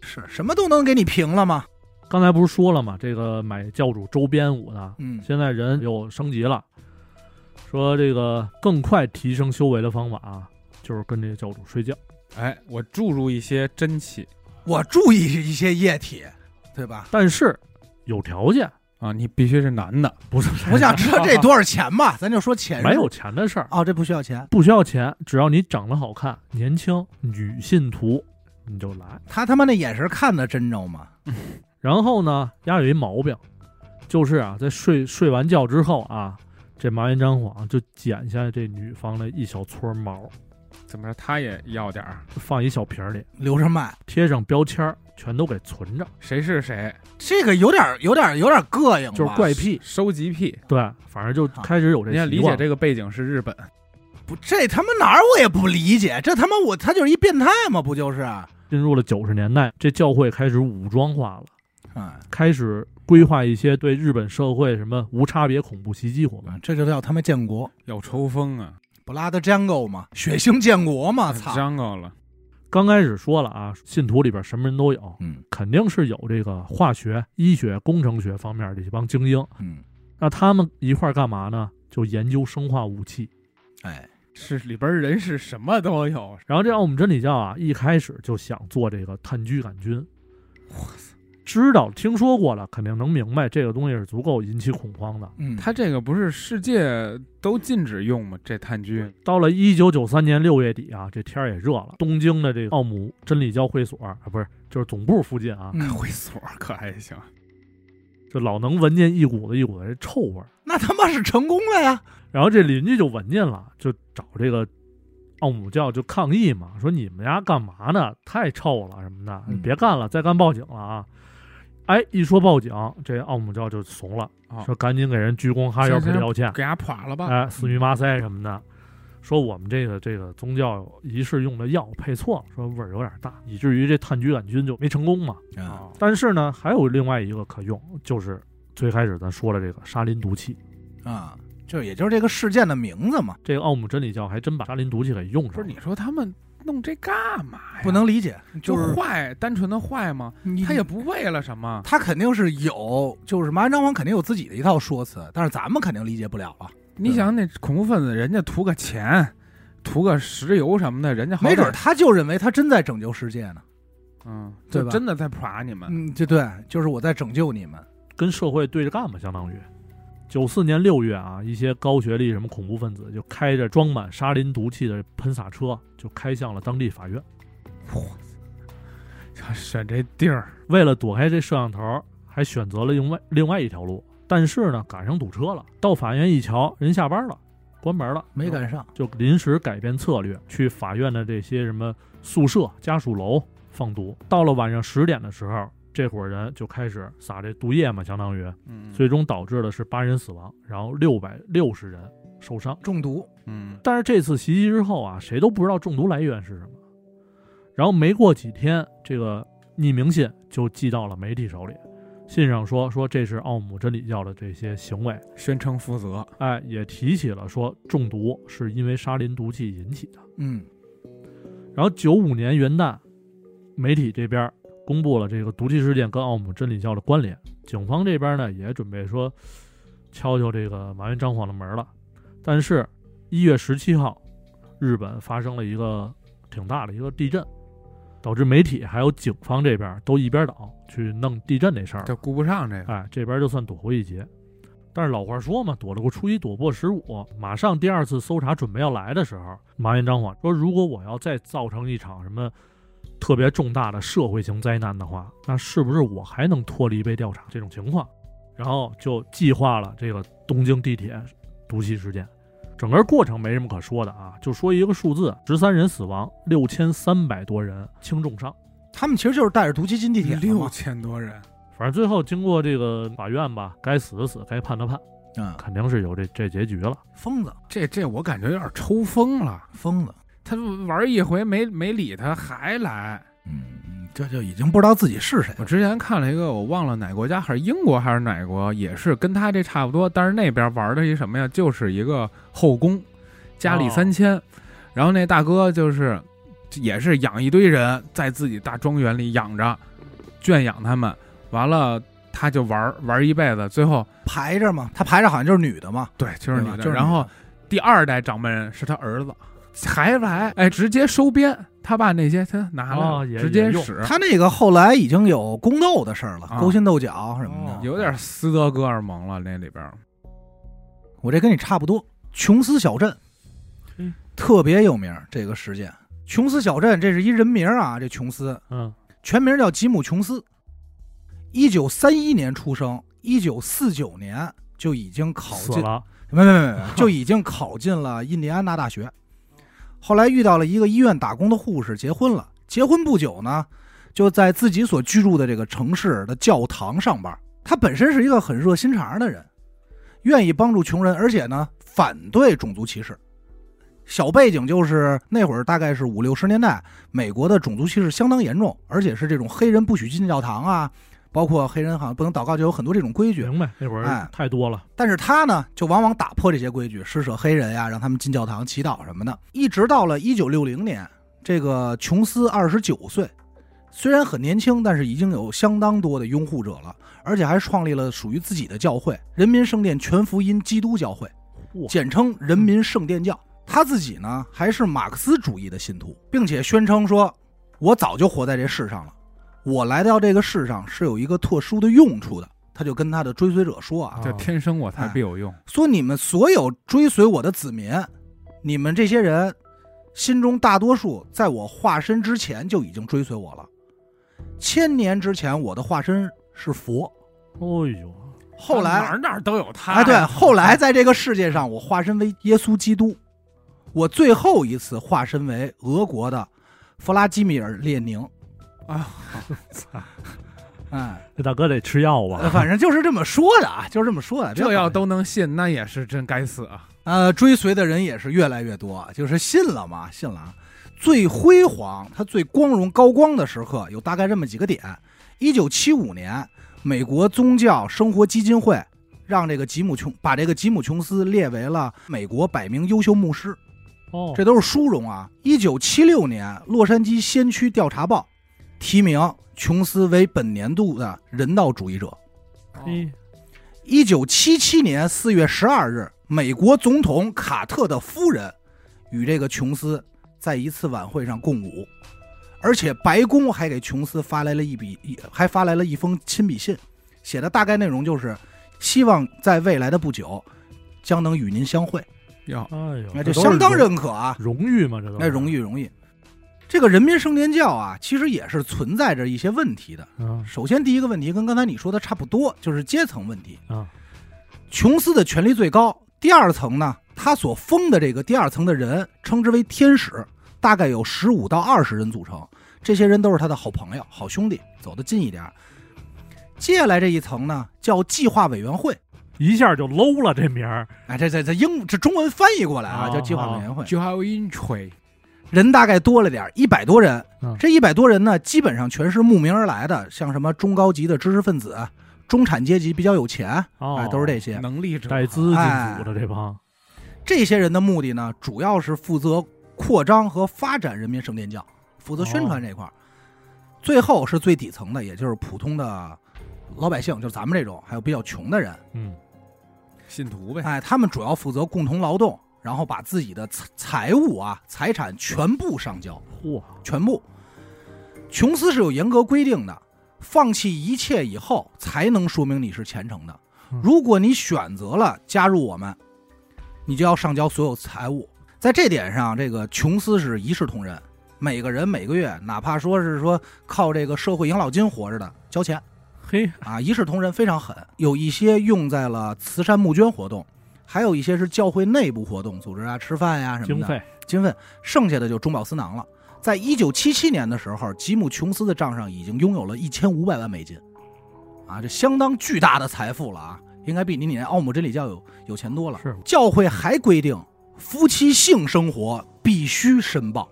是什么都能给你平了吗？
刚才不是说了吗？这个买教主周边舞的，
嗯
现在人又升级了，说这个更快提升修为的方法啊，就是跟这个教主睡觉。
哎，我注入一些真气
我注意一些液体，对 吧？
但是有条件，
啊，你必须是男的。
不是
我想知道这 多少钱吧， 咱就说钱。
没有钱的事儿，
哦，这不需要钱。
不需要钱，只要你长得好看、年轻、女信徒，你就来。
他他妈那眼神看的真着吗？
然后呢，丫有一毛病，就是啊，在睡睡完觉之后啊，这麻原彰晃就剪下这女方的一小撮毛，
怎么着，他也要点儿，
放一小瓶儿里，
留着卖，
贴上标签儿，全都给存着，
谁是谁，
这个有点有点有点膈应吧，
就是怪癖。
收集癖。
对，反正就开始有这
人家
习
啊理
惯
解
了
这个背景是日本，
不，这他妈哪儿我也不理解，这他妈我他就是一变态嘛，不就是？啊
进入了九十年代，这教会开始武装化了，
嗯，
开始规划一些对日本社会什么无差别恐怖袭击
嗯
活动。
这就叫他妈建国，
有抽风啊，
布拉德江狗嘛，血腥建国嘛，操！
张高了，
刚开始说了啊，信徒里边什么人都有，
嗯
肯定是有这个化学、医学、工程学方面的这帮精英。
嗯，
那他们一块儿干嘛呢？就研究生化武器。
哎，
是里边人是什么都有，
然后这奥姆真理教啊，一开始就想做这个炭疽杆菌。知道听说过了，肯定能明白这个东西是足够引起恐慌的。
嗯，
他这个不是世界都禁止用吗？这炭疽，
到了一九九三年六月底啊，这天儿也热了，东京的这个奥姆真理教会所啊，不是就是总部附近啊，
嗯
会所可还行，
就老能闻见一股子一股子这臭味儿。
那他妈是成功了呀！
然后这邻居就闻见了，就找这个奥姆教就抗议嘛，说你们家干嘛呢？太臭了什么的，
嗯
别干了，再干报警了啊！哎，一说报警，这奥姆教就怂了，
哦
说赶紧给人鞠躬哈腰
行
赔
行
道歉，
给伢垮了
啊
吧？
哎，死于麻塞什么的。说我们这个这个宗教仪式用的药配错了，说味儿有点大，以至于这炭疽杆菌就没成功嘛。
啊，
哦
但是呢，还有另外一个可用，就是最开始咱说的这个沙林毒气。
啊，就也就是这个事件的名字嘛，
这个奥姆真理教还真把沙林毒气给用上了。
不是，你说他们弄这干嘛呀？
不能理解，
就是坏，单纯的坏吗？
你
他也不为了什么，
他肯定是有，就是麻原彰晃肯定有自己的一套说辞，但是咱们肯定理解不了啊了。
你想那恐怖分子，人家图个钱，图个石油什么的，人家好
没准
歹
他就认为他真在拯救世界呢。
嗯，
对
就
吧
真的在耍你们，
嗯，就对，就是我在拯救你们。
跟社会对着干吧，相当于。九四年六月啊，一些高学历什么恐怖分子就开着装满沙林毒气的喷洒车，就开向了当地法院。
选这地儿，
为了躲开这摄像头，还选择了另外另外一条路。但是呢，赶上堵车了，到法院一瞧，人下班了，关门了，
没赶上，
就临时改变策略，去法院的这些什么宿舍、家属楼放毒。到了晚上十点的时候，这伙人就开始撒这毒液嘛，相当于，
嗯，
最终导致的是八人死亡，然后六百六十人受伤。
中毒，
嗯
但是这次袭击之后啊，谁都不知道中毒来源是什么。然后没过几天，这个匿名信就寄到了媒体手里，信上说说这是奥姆真理教的这些行为，
宣称负责，
哎，也提起了说中毒是因为沙林毒气引起的。
嗯，
然后九五年元旦，媒体这边公布了这个毒气事件跟奥姆真理教的关联，警方这边呢也准备说敲敲这个麻原彰晃的门了。但是，一月十七号，日本发生了一个挺大的一个地震，导致媒体还有警方这边都一边倒去弄地震这事儿了。
这顾不上这个，
哎，这边就算躲过一劫。但是老话说嘛，躲得过初一，躲不过十五。马上第二次搜查准备要来的时候，麻原彰晃说：“如果我要再造成一场什么特别重大的社会型灾难的话，那是不是我还能脱离被调查这种情况？”然后就计划了这个东京地铁毒气事件。整个过程没什么可说的啊，就说一个数字：十三人死亡，六千三百多人轻重伤。
他们其实就是带着毒气进地铁了
六
嘛，
千多人，
反正最后经过这个法院吧，该死的死，该判的判。
嗯，
肯定是有这这结局了。
疯子，
这这我感觉有点抽风了。
疯子，
他玩一回没没理他还来。
嗯，这就已经不知道自己是谁
我
了，
之前看了一个，我忘了哪国家，还是英国还是哪国，也是跟他这差不多，但是那边玩的一什么呀，就是一个后宫，佳丽三千，然后那大哥就是也是养一堆人，在自己大庄园里养着，圈养他们，完了他就玩玩一辈子，最后
排着嘛，他排着好像就是女的嘛，
对，就是
对
你
吧
的，
就是
然
女
后
的
第二代掌门人是他儿子，还来哎，直接收编，他把那些他拿来了、
哦也
直接
也用
使，
他那个后来已经有宫斗的事儿了
啊，
勾心斗角什么
哦
的。
有点斯德哥尔摩了那里边儿。
我这跟你差不多。琼斯小镇
嗯，
特别有名儿这个事件。琼斯小镇这是一人名儿啊，这琼斯
嗯，
全名叫吉姆·琼斯，一九三一年出生，一九四九年就已经考
死
进，
了，
没没没没，就已经考进了印第安纳大学。后来遇到了一个医院打工的护士，结婚了。结婚不久呢，就在自己所居住的这个城市的教堂上班。他本身是一个很热心肠的人，愿意帮助穷人，而且呢，反对种族歧视。小背景就是那会儿大概是五六十年代，美国的种族歧视相当严重，而且是这种黑人不许进教堂啊，包括黑人好像不能祷告，就有很多这种规矩。
明白？那会
哎
儿太多了，
但是他呢，就往往打破这些规矩，施舍黑人呀，让他们进教堂祈祷什么的。一直到了一九六零年，这个琼斯二十九岁，虽然很年轻，但是已经有相当多的拥护者了，而且还创立了属于自己的教会——人民圣殿全福音基督教会，
嚯
简称人民圣殿教。他自己呢，还是马克思主义的信徒，并且宣称说：“我早就活在这世上了，我来到这个世上是有一个特殊的用处的。”他就跟他的追随者说啊，
这
啊
天生我材
哎
必有用，
说你们所有追随我的子民，你们这些人心中大多数在我化身之前就已经追随我了。千年之前，我的化身是佛，
哎呦，
后
哪
来
儿哪儿都有他呀。
哎对，后来在这个世界上，我化身为耶稣基督。我最后一次化身为俄国的弗拉基米尔列宁。
啊，
哎，
这大哥得吃药吧？
反正就是这么说的啊，就是这么说的。
这要都能信，那也是真该死啊！
呃，追随的人也是越来越多，就是信了嘛，信了啊。最辉煌，它最光荣高光的时刻有大概这么几个点：一九七五年，美国宗教生活基金会让这个吉姆琼把这个吉姆琼斯列为了美国百名优秀牧师，
哦，
这都是殊荣啊。一九七六年，《洛杉矶先驱调查报》提名琼斯为本年度的人道主义者。
嘿，
一九七七年四月十二日，美国总统卡特的夫人与这个琼斯在一次晚会上共舞，而且白宫还给琼斯发来了一笔，一还发来了一封亲笔信，写的大概内容就是希望在未来的不久将能与您相会，
哟，
哎呦，
那
这
就
都是嗯
相当
荣
认可啊，
荣誉嘛，这都
那荣
誉
誉荣誉。这个人民圣殿教啊，其实也是存在着一些问题的。
啊
首先，第一个问题跟刚才你说的差不多，就是阶层问题。
啊，
琼斯的权力最高，第二层呢，他所封的这个第二层的人称之为天使，大概有十五到二十人组成，这些人都是他的好朋友、好兄弟，走得近一点儿。接下来这一层呢，叫计划委员会。
一下就 low 了这名儿
哎，这这这英这中文翻译过来啊，
哦
叫计划委员会。
就还有一吹，
人大概多了点儿，一百多人
嗯。
这一百多人呢，基本上全是慕名而来的，像什么中高级的知识分子、中产阶级比较有钱，
啊
哎，，都是这哎些。
能力者
带资进组的这帮
这些人的目的呢，主要是负责扩张和发展人民圣殿教，负责宣传这块儿。最后是最底层的，也就是普通的老百姓，就是咱们这种，还有比较穷的人，
嗯
信徒呗，
哎，他们主要负责共同劳动，然后把自己的财财物啊、财产全部上交。
嚯
全部。琼斯是有严格规定的，放弃一切以后才能说明你是虔诚的
嗯。
如果你选择了加入我们，你就要上交所有财物。在这点上，这个琼斯是一视同仁，每个人每个月，哪怕说是说靠这个社会养老金活着的，交钱
嘿
啊，一视同仁，非常狠。有一些用在了慈善募捐活动，还有一些是教会内部活动，组织啊、吃饭呀、什么的。
经费
金问，剩下的就中饱私囊了。在一九七七年的时候，吉姆·琼斯的账上已经拥有了一千五百万美金，啊，这相当巨大的财富了啊，应该比你那奥姆真理教有有钱多了。
是
教会还规定，夫妻性生活必须申报，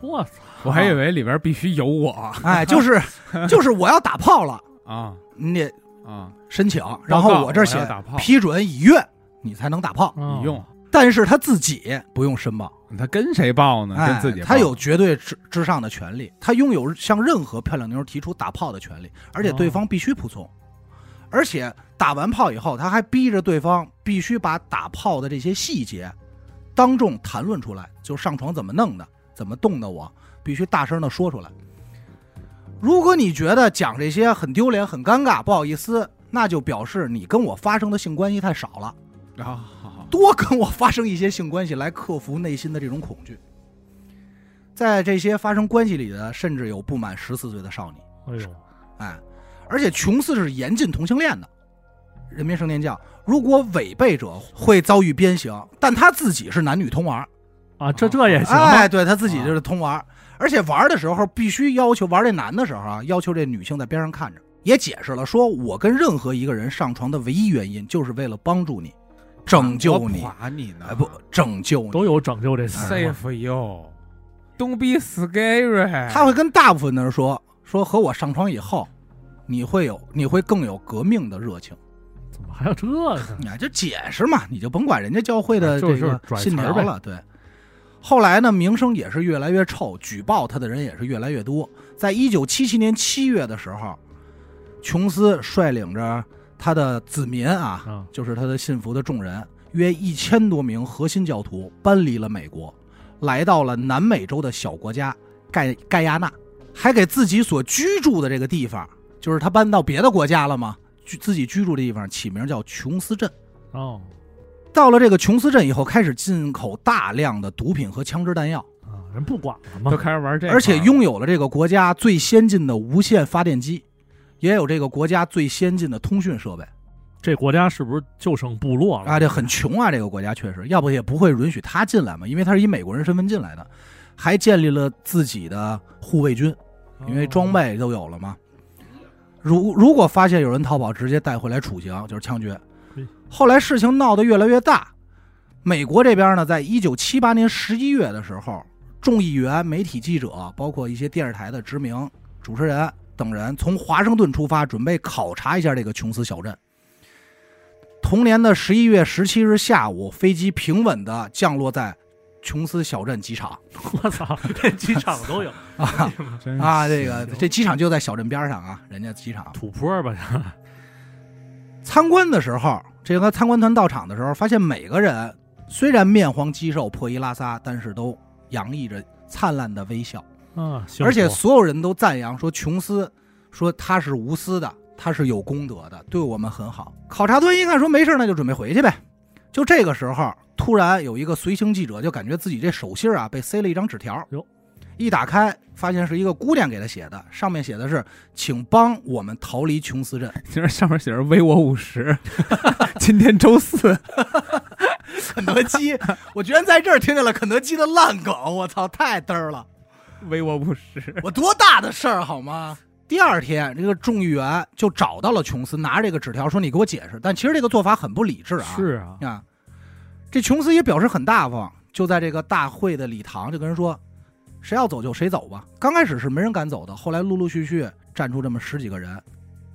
我操
我还以为里边必须有我
哎，就是就是我要打炮了，
啊
你得
啊，
申请，然
报告
后我这儿
我要
写
打炮嗯
批准已阅，你才能打炮。
啊
你用
但是他自己不用申报。
他跟谁报呢？
哎
跟自己报
他有绝对之之上的权利，他拥有向任何漂亮妞提出打炮的权利，而且对
哦
方必须仆从，而且打完炮以后，他还逼着对方必须把打炮的这些细节当众谈论出来，就上床怎么弄的，怎么动的我，必须大声的说出来。如果你觉得讲这些很丢脸、很尴尬、不好意思，那就表示你跟我发生的性关系太少了，
啊，好好
多跟我发生一些性关系，来克服内心的这种恐惧。在这些发生关系里的，甚至有不满十四岁的少女，
哎呦
哎，而且琼斯是严禁同性恋的。人民圣殿教如果违背者会遭遇鞭刑，但他自己是男女通玩儿，
啊这这也行
哎，
啊
对他自己就是通玩儿，而且玩儿的时候必须要求玩这男的时候啊，要求这女性在边上看着。也解释了，说我跟任何一个人上床的唯一原因，就是为了帮助你，拯救你
啊我。垮你呢？
哎，不，拯救你。
都有拯救这
哎
词儿嘛
，safe you，don't be scary。
他会跟大部分的人说，说和我上床以后，你会有，你会更有革命的热情。
怎么还有 这个
你啊，就解释嘛，你就甭管人家教会
啊
的
就
这
是
个
拽词
信
儿
条
呗
了。对。后来呢，名声也是越来越臭，举报他的人也是越来越多。在一九七七年七月的时候，琼斯率领着他的子民啊，
啊
就是他的信服的众人，约一千多名核心教徒搬离了美国，来到了南美洲的小国家盖盖亚纳，还给自己所居住的这个地方，就是他搬到别的国家了嘛，居自己居住的地方起名叫琼斯镇。
哦
到了这个琼斯镇以后，开始进口大量的毒品和枪支弹药，
啊人不管了嘛
都开始玩这个，
而且拥有了这个国家最先进的无线发电机，也有这个国家最先进的通讯设备。
这国家是不是就剩部落了
啊，这很穷啊，这个国家确实，要不也不会允许他进来嘛，因为他是以美国人身份进来的，还建立了自己的护卫军，因
哦
为装备都有了嘛。如如果发现有人逃跑，直接带回来处刑，就是枪决
嘿。
后来事情闹得越来越大，美国这边呢，在一九七八年十一月的时候，众议员、媒体记者，包括一些电视台的知名主持人等人，从华盛顿出发，准备考察一下这个琼斯小镇。同年的十一月十七日下午，飞机平稳地降落在琼斯小镇机场
我操，这机场都有
啊
真
啊！
是
这个这机场就在小镇边上啊，人家机场。
土坡吧？
参观的时候，这个参观团到场的时候，发现每个人虽然面黄肌瘦、破衣拉撒，但是都洋溢着灿烂的微笑，
啊，幸福
而且所有人都赞扬说琼斯说他是无私的，他是有功德的，对我们很好。考察团一看说没事，那就准备回去呗。就这个时候，突然有一个随行记者就感觉自己这手心儿啊被塞了一张纸条，
哟
一打开，发现是一个姑娘给他写的，上面写的是“请帮我们逃离琼斯镇
其实上面写着“微我五十”， 今天周四，”。
肯德基， 我居然在这儿听见了肯德基的烂梗，我操，太嘚儿了！
微我五十。
我多大的事儿好吗？第二天，这个众议员就找到了琼斯，拿着这个纸条说：“你给我解释。”但其实这个做法很不理智啊。
是啊，
啊，这琼斯也表示很大方，就在这个大会的礼堂就跟人说，谁要走就谁走吧。刚开始是没人敢走的，后来陆陆续续站出这么十几个人。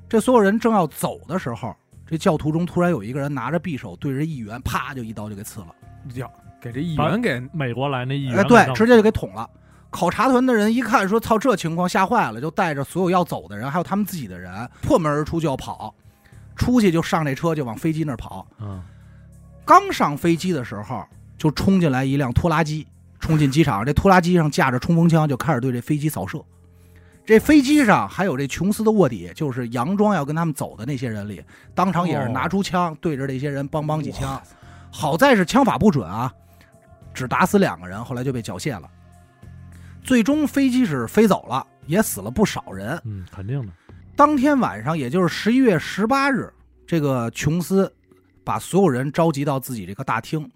这所有人正要走的时候，这教徒中突然有一个人拿着匕首对着议员，啪就一刀就给刺了，
哟，给这议员给
美国来那议员
哎，
给
对，
弄
直接就给捅了。考察团的人一看说：“操，这情况吓坏了！”就带着所有要走的人，还有他们自己的人，破门而出就要跑，出去就上这车就往飞机那儿跑。
嗯，
刚上飞机的时候，就冲进来一辆拖拉机，冲进机场。 这拖拉机上架着冲锋枪，就开始对这飞机扫射。这飞机上还有这琼斯的卧底，就是佯装要跟他们走的那些人里，当场也是拿出枪对着这些人梆梆几枪。好在是枪法不准啊，只打死两个人，后来就被缴械了。最终飞机是飞走了，也死了不少人。
嗯，肯定的，
当天晚上，也就是十一月十八日，这个琼斯把所有人召集到自己这个大厅，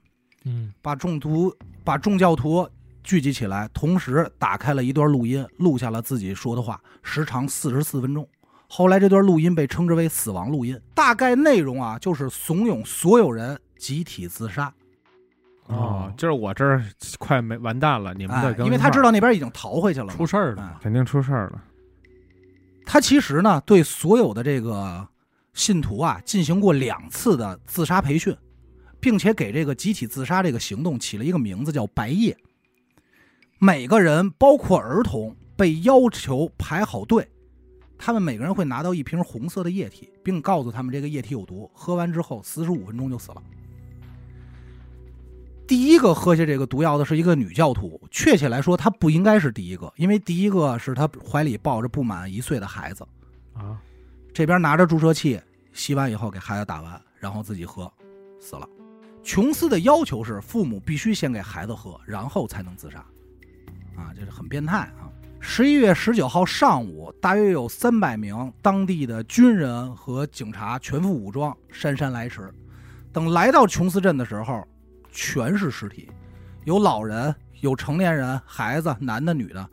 嗯，
把众徒、把众教徒聚集起来，同时打开了一段录音，录下了自己说的话，时长四十四分钟。后来这段录音被称之为“死亡录音”，大概内容啊就是怂恿所有人集体自杀，
哦，就是我这儿快没完蛋了，你们
哎
得，跟、
因为他知道那边已经逃回去了嘛，
出事儿了，
哎
肯定出事儿了。
他其实呢对所有的这个信徒啊进行过两次的自杀培训，并且给这个集体自杀这个行动起了一个名字叫“白夜”。每个人，包括儿童，被要求排好队，他们每个人会拿到一瓶红色的液体，并告诉他们这个液体有毒，喝完之后四十五分钟就死了。第一个喝下这个毒药的是一个女教徒，确切来说，她不应该是第一个，因为第一个是她怀里抱着不满一岁的孩子，
啊，
这边拿着注射器吸完以后给孩子打完，然后自己喝，死了。琼斯的要求是父母必须先给孩子喝，然后才能自杀，啊，这是很变态啊。十一月十九号上午，大约有三百名当地的军人和警察全副武装姗姗来迟。等来到琼斯镇的时候，全是尸体，有老人，有成年人，孩子，男的女的，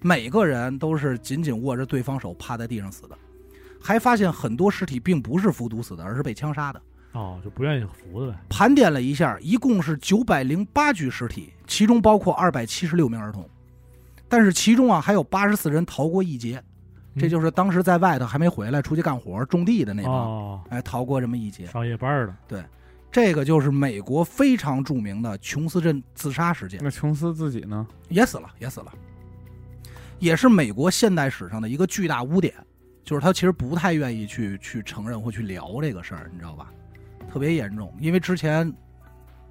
每个人都是紧紧握着对方手趴在地上死的。还发现很多尸体并不是服毒死的，而是被枪杀的。
哦，就不愿意服的呗，
盘点了一下，一共是九百零八具尸体，其中包括二百七十六名儿童，但是其中啊还有八十四人逃过一劫，这就是当时在外头还没回来，出去干活种地的那帮，
哦，
哎，逃过这么一劫。
上夜班儿的，
这个就是美国非常著名的琼斯镇自杀事件，
那琼斯自己呢？
也死了，也死了，也是美国现代史上的一个巨大污点，就是他其实不太愿意去去承认或去聊这个事儿，你知道吧？特别严重，因为之前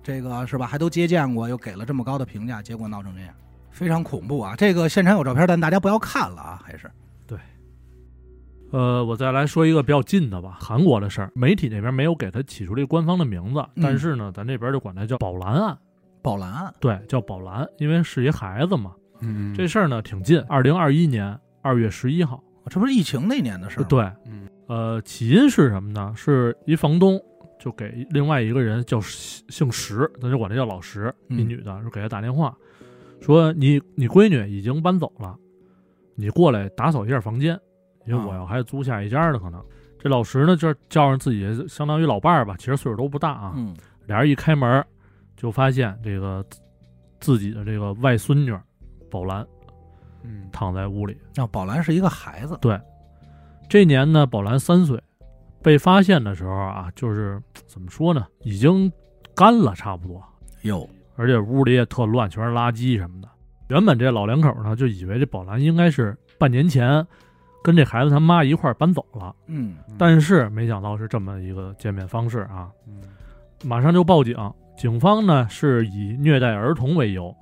这个是吧，还都接见过，又给了这么高的评价，结果闹成这样，非常恐怖啊！这个现场有照片，但大家不要看了啊，还是
呃，我再来说一个比较近的吧，韩国的事儿，媒体那边没有给他起出这官方的名字，
嗯
但是呢，咱这边就管它叫宝蓝案，
宝蓝案，
对，叫宝蓝，因为是一孩子嘛，
嗯，
这事儿呢挺近，二零二一年二月十一号，
这不是疫情那年的事儿吗？，
对，
嗯
呃，起因是什么呢？是一房东就给另外一个人叫姓姓石，咱就管她叫老石，一
嗯
女的，就给她打电话，说你你闺女已经搬走了，你过来打扫一下房间，因为我
啊
要还租下一家的可能。这老石呢，就是叫上自己相当于老伴儿吧，其实岁数都不大啊。
嗯，
俩人一开门，就发现这个自自己的这个外孙女宝兰
嗯，
躺在屋里，
那哦宝蓝是一个孩子，
这年呢，宝兰三岁，被发现的时候啊，就是怎么说呢，已经干了差不多，
哟，
而且屋里也特乱，全是垃圾什么的。原本这老两口呢，就以为这宝兰应该是半年前跟这孩子他妈一块儿搬走了，
嗯
但是没想到是这么一个见面方式啊，
嗯
马上就报警。警方呢是以虐待儿童为由，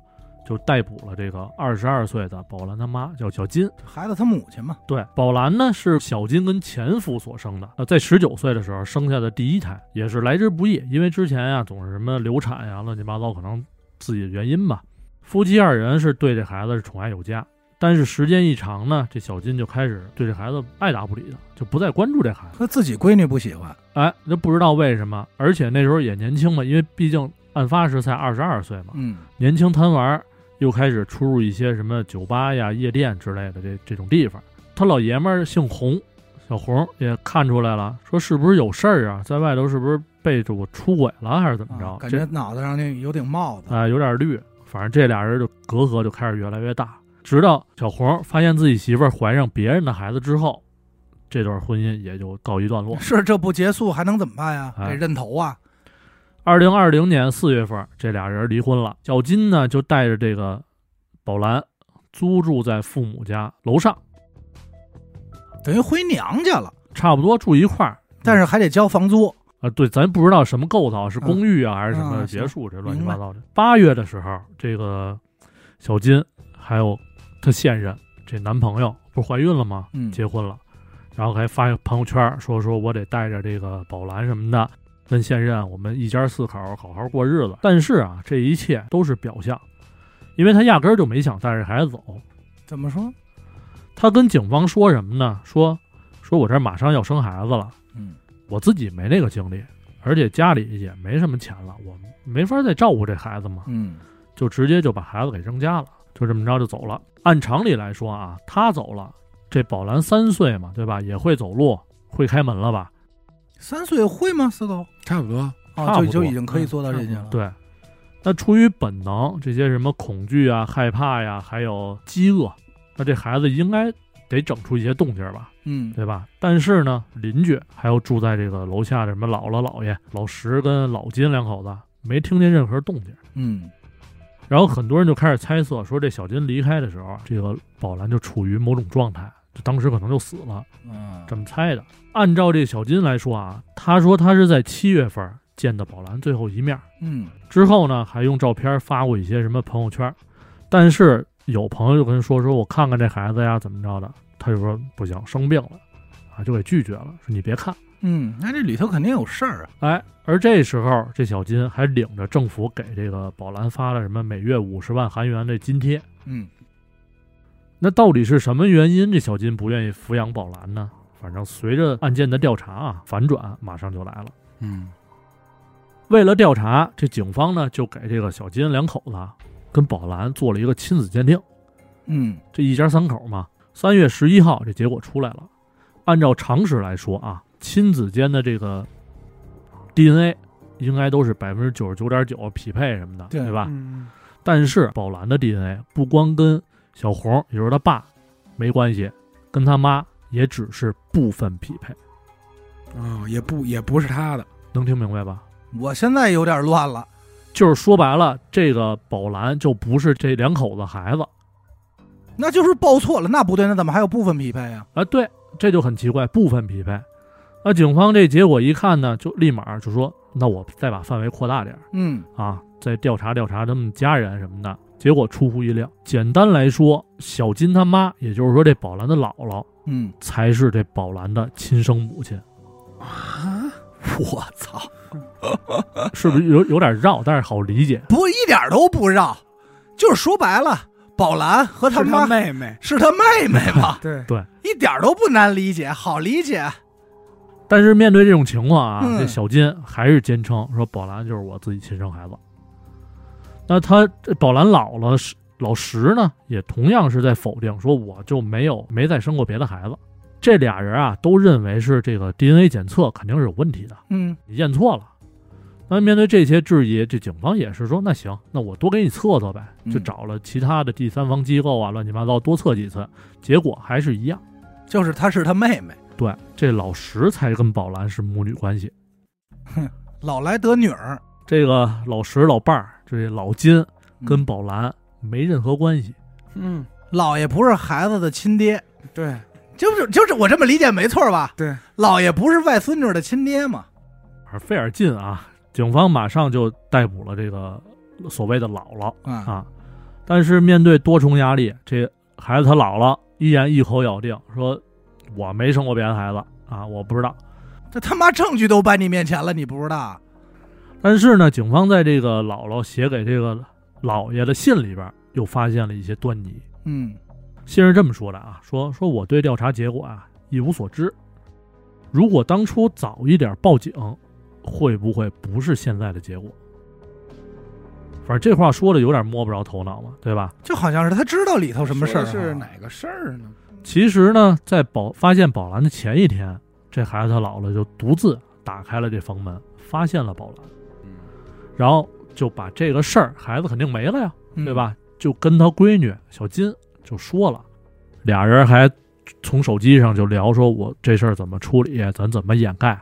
就逮捕了这个二十二岁的宝兰他妈，叫小金。
孩子他母亲嘛，
对，宝兰呢是小金跟前夫所生的，呃，在十九岁的时候生下的第一胎，也啊是来之不易，因为之前呀、总是什么流产呀、乱七八糟，可能自己的原因吧。夫妻二人是对这孩子是宠爱有加，但是时间一长呢，这小金就开始对这孩子爱答不理的，就不再关注这孩子。
他自己闺女不喜欢，
哎，就不知道为什么，而且那时候也年轻嘛，因为毕竟案发时才二十二岁嘛，
嗯，
年轻贪玩儿，又开始出入一些什么酒吧呀、夜店之类的这这种地方。他老爷们儿姓洪，小洪也看出来了，说是不是有事儿啊？在外头是不是背着我出轨了，还是怎么着？
啊感
这
觉脑袋上那有顶帽子，
啊、有点绿。反正这俩人就隔阂就开始越来越大，直到小红发现自己媳妇儿怀上别人的孩子之后，这段婚姻也就告一段落。
是这不结束还能怎么办呀？
哎
得认头啊，
二零二零年四月份，这俩人离婚了。小金呢就带着这个宝兰租住在父母家楼上，
等于回娘家了，
差不多住一块儿。
但是还得交房租，
啊，对，咱不知道什么构造，是公寓啊、还是什
啊
么
行
别墅，这乱七
明白
八糟的。八月的时候，这个小金还有她现任这男朋友不是怀孕了吗？
嗯，
结婚了，然后还发朋友圈说说我得带着这个宝兰什么的，跟现任我们一家四口好好过日子。但是啊，这一切都是表象，因为他压根儿就没想带着孩子走。
怎么说？
他跟警方说什么呢？说说我这儿马上要生孩子了，
嗯，
我自己没那个精力，而且家里也没什么钱了，我没法再照顾这孩子嘛。
嗯，
就直接就把孩子给扔家了，就这么着就走了。按常理来说啊，他走了，这宝兰三岁嘛，对吧？也会走路，会开门了吧？
三岁会吗？四狗
差不多。
啊，
差
就
不多嗯
就已经可以做到这些了。
对。那出于本能，这些什么恐惧啊、害怕呀、还有饥饿，那这孩子应该得整出一些动静儿吧，
嗯，
对吧？但是呢，邻居还有住在这个楼下的什么姥姥、姥爷、老石跟老金两口子，没听见任何动静儿。
嗯，
然后很多人就开始猜测说，这小金离开的时候，这个宝兰就处于某种状态，就当时可能就死了，
嗯，
这么猜的。按照这小金来说啊，他说他是在七月份见的宝兰最后一面，
嗯，
之后呢还用照片发过一些什么朋友圈，但是有朋友就跟他说说我看看这孩子呀怎么着的，他就说不行，生病了，啊就给拒绝了，说你别看。
嗯，那这里头肯定有事儿啊。
哎，而这时候这小金还领着政府给这个宝兰发了什么每月五十万韩元的津贴。
嗯，
那到底是什么原因，这小金不愿意抚养宝兰呢？反正随着案件的调查啊，反转马上就来了。
嗯，
为了调查，这警方呢就给这个小金两口子啊跟宝兰做了一个亲子鉴定，
嗯，
这一家三口嘛。三月十一号，这结果出来了。按照常识来说啊，亲子间的这个 DNA 应该都是百分之九十九点九匹配什么的，
对
对吧？
嗯
但是宝兰的 DNA 不光跟小红，也就是他爸没关系，跟他妈也只是部分匹配，
啊，也不也不是他的，
能听明白吧？
我现在有点乱了。
就是说白了，这个宝兰就不是这两口子孩子
那就是报错了，那不对，那怎么还有部分匹配呀、
啊。对，这就很奇怪，部分匹配。啊那警方这结果一看呢，就立马就说，那我再把范围扩大点儿
嗯
啊，再调查调查他们家人什么的。结果出乎意料，简单来说，小金他妈，也就是说这宝兰的姥姥，
嗯，
才是这宝兰的亲生母亲。
我操，
是
嗯
不是有有点绕，但是好理解。
不一点都不绕，就是说白了，宝兰和他
是
妈
他妹妹，
是他妹妹嘛，
对，
一点都不难理解，好理解。啊
但是面对这种情况啊，
嗯
这小金还是坚称说宝兰就是我自己亲生孩子。那他这宝兰老了，是老石呢，也同样是在否定说我就没有没再生过别的孩子。这俩人啊，都认为是这个 DNA 检测肯定是有问题的，
嗯
你验错了。那面对这些质疑，这警方也是说，那行，那我多给你测测呗，
嗯
就找了其他的第三方机构啊，乱七八糟多测几次，结果还是一样。
就是她是他妹妹，
对，这老石才跟宝兰是母女关系。
老来得女儿，
这个老石老伴儿，这老金跟
嗯
宝兰没任何关系。
嗯，
老爷不是孩子的亲爹，
对，
就是就是我这么理解没错吧？
对，
老爷不是外孙女的亲爹嘛？
而费尔进啊，警方马上就逮捕了这个所谓的姥姥
啊，
啊。但是面对多重压力，这孩子他姥姥依然一口咬定说：“我没生过别的孩子啊，我不知道。”
这他妈证据都啊摆你面前了，你不知道？
但是呢，警方在这个姥姥写给这个老爷的信里边又发现了一些端倪。
嗯
信是这么说的啊，说说我对调查结果啊一无所知。如果当初早一点报警，会不会不是现在的结果？反正这话说的有点摸不着头脑嘛，对吧？
就好像是他知道里头什么事儿、啊
说的是哪个事儿呢？
其实呢，在宝发现宝兰的前一天，这孩子他姥姥就独自打开了这房门，发现了宝兰，
嗯
然后就把这个事儿，孩子肯定没了呀，
嗯
对？吧？就跟他闺女小金就说了，俩人还从手机上就聊，说我这事儿怎么处理，咱怎么掩盖，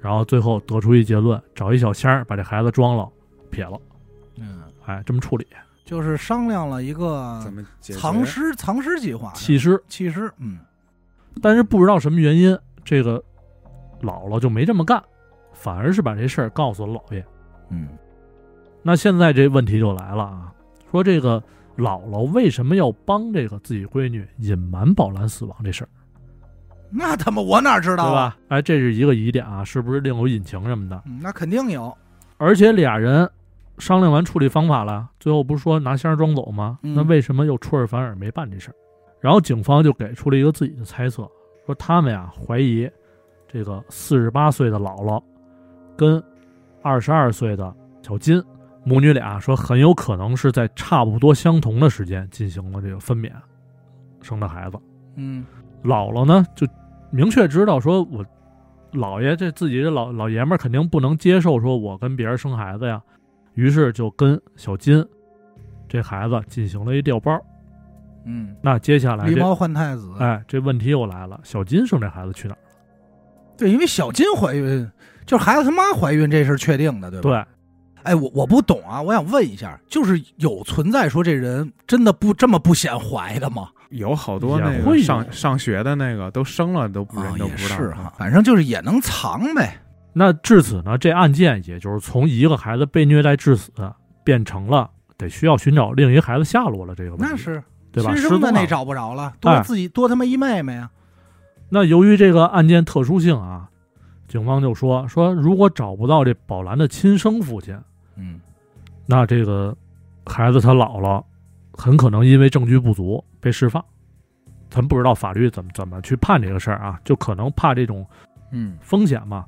然后最后得出一结论，找一小箱儿把这孩子装了，撇了，
嗯，
哎，这么处理，
就是商量了一个
嗯怎么解决
藏尸藏尸计划，
弃尸。
弃尸，嗯
但是不知道什么原因，这个姥姥就没这么干，反而是把这事儿告诉了姥爷。
嗯
那现在这问题就来了啊，说这个姥姥为什么要帮这个自己闺女隐瞒宝兰死亡这事儿？
那他妈我哪知道
对
啊？
吧？哎，这是一个疑点啊，是不是另有隐情什么的？
嗯，那肯定有，
而且俩人商量完处理方法了，最后不是说拿箱装走吗？
嗯
那为什么又出尔反尔没办这事儿？然后警方就给出了一个自己的猜测，说他们呀怀疑这个四十八岁的姥姥跟二十二岁的小金母女俩说很有可能是在差不多相同的时间进行了这个分娩，生的孩子。
嗯
姥姥呢就明确知道说我姥爷这自己这老老爷们儿肯定不能接受说我跟别人生孩子呀，于是就跟小金这孩子进行了一调包。
嗯，
那接下来
狸
这
猫换太子，
哎这问题又来了，小金生这孩子去哪儿？
对，因为小金怀孕，就是孩子他妈怀孕这事儿确定的，对吧？
对，
哎，我我不懂啊，我想问一下，就是有存在说这人真的不这么不显怀的吗？
有好多
也
那
会
个
有
上上学的那个都生了都不人
啊，
都
也
不知道
是哈、反正就是也能藏呗。
那至此呢，这案件也就是从一个孩子被虐待致死变成了得需要寻找另一个孩子下落了这个问题，
那是
对吧？
亲
失
生
踪
的那
了
找不着了，多
哎
自己、多他妈一妹妹啊呀、
那由于这个案件特殊性啊，警方就说说，如果找不到这宝兰的亲生父亲，
嗯
那这个孩子他姥姥很可能因为证据不足被释放。咱不知道法律怎么怎么去判这个事儿啊，就可能怕这种
嗯
风险嘛。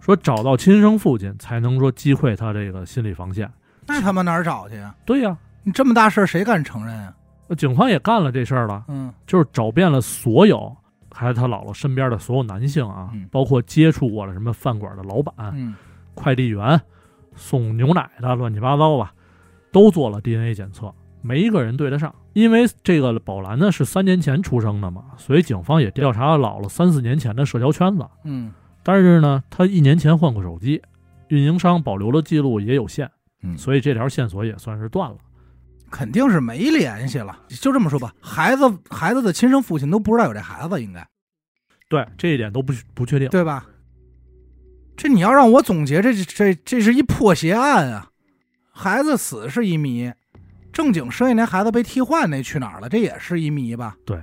说找到亲生父亲才能说击溃他这个心理防线。
那他妈哪儿找去啊？
对呀、
你这么大事儿谁敢承认啊？
那警方也干了这事儿了，
嗯
就是找遍了所有孩子他姥姥身边的所有男性啊
嗯，
包括接触过了什么饭馆的老板，
嗯
快递员、送牛奶的，乱七八糟吧，都做了 DNA 检测，没一个人对得上。因为这个宝兰呢是三年前出生的嘛，所以警方也调查了姥姥三四年前的社交圈子。
嗯
但是呢，她一年前换过手机，运营商保留的记录也有限，
嗯，
所以这条线索也算是断了。
肯定是没联系了。就这么说吧，孩子孩子的亲生父亲都不知道有这孩子，应该
对这一点都不不确定。
对吧？这你要让我总结，这这这是一破鞋案啊！孩子死是一谜，正经生下来孩子被替换那去哪儿了？这也是一谜吧？
对。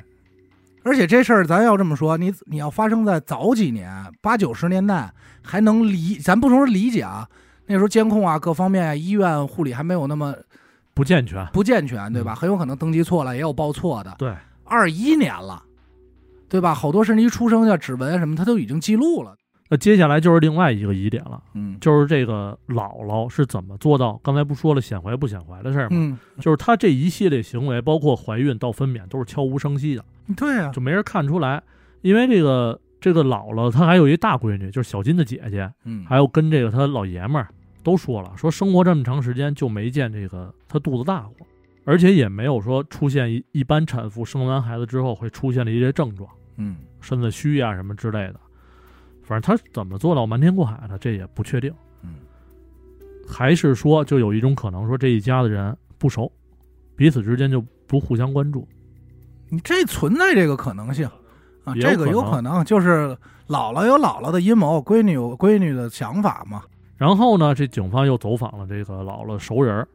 而且这事儿咱要这么说，你你要发生在早几年八九十年代，还能理，咱不说理解啊，那时候监控啊各方面啊，医院护理还没有那么
不健全。
不健全，对吧？很有可能登记错了，也有报错的。
嗯对，
二一年了，对吧？好多甚至一出生叫指纹啊什么，他都已经记录了。
那接下来就是另外一个疑点了，
嗯
就是这个姥姥是怎么做到刚才不说了显怀不显怀的事儿吗？
嗯，
就是她这一系列行为，包括怀孕到分娩，都是悄无声息的，
对啊，
就没人看出来。因为这个这个姥姥她还有一大闺女，就是小金的姐姐，
嗯
还有跟这个她老爷们儿都说了，说生活这么长时间就没见这个她肚子大过，而且也没有说出现一一般产妇生完孩子之后会出现的一些症状，
嗯，
身子虚啊呀、什么之类的。反正她怎么做到瞒天过海的，这也不确定。
嗯，
还是说就有一种可能，说这一家子人不熟，彼此之间就不互相关注。
你这存在这个可能性啊，
也有
这个有
可能
可能就是姥姥有姥姥的阴谋，闺女有闺女的想法嘛。
然后呢，这警方又走访了这个姥姥熟人儿，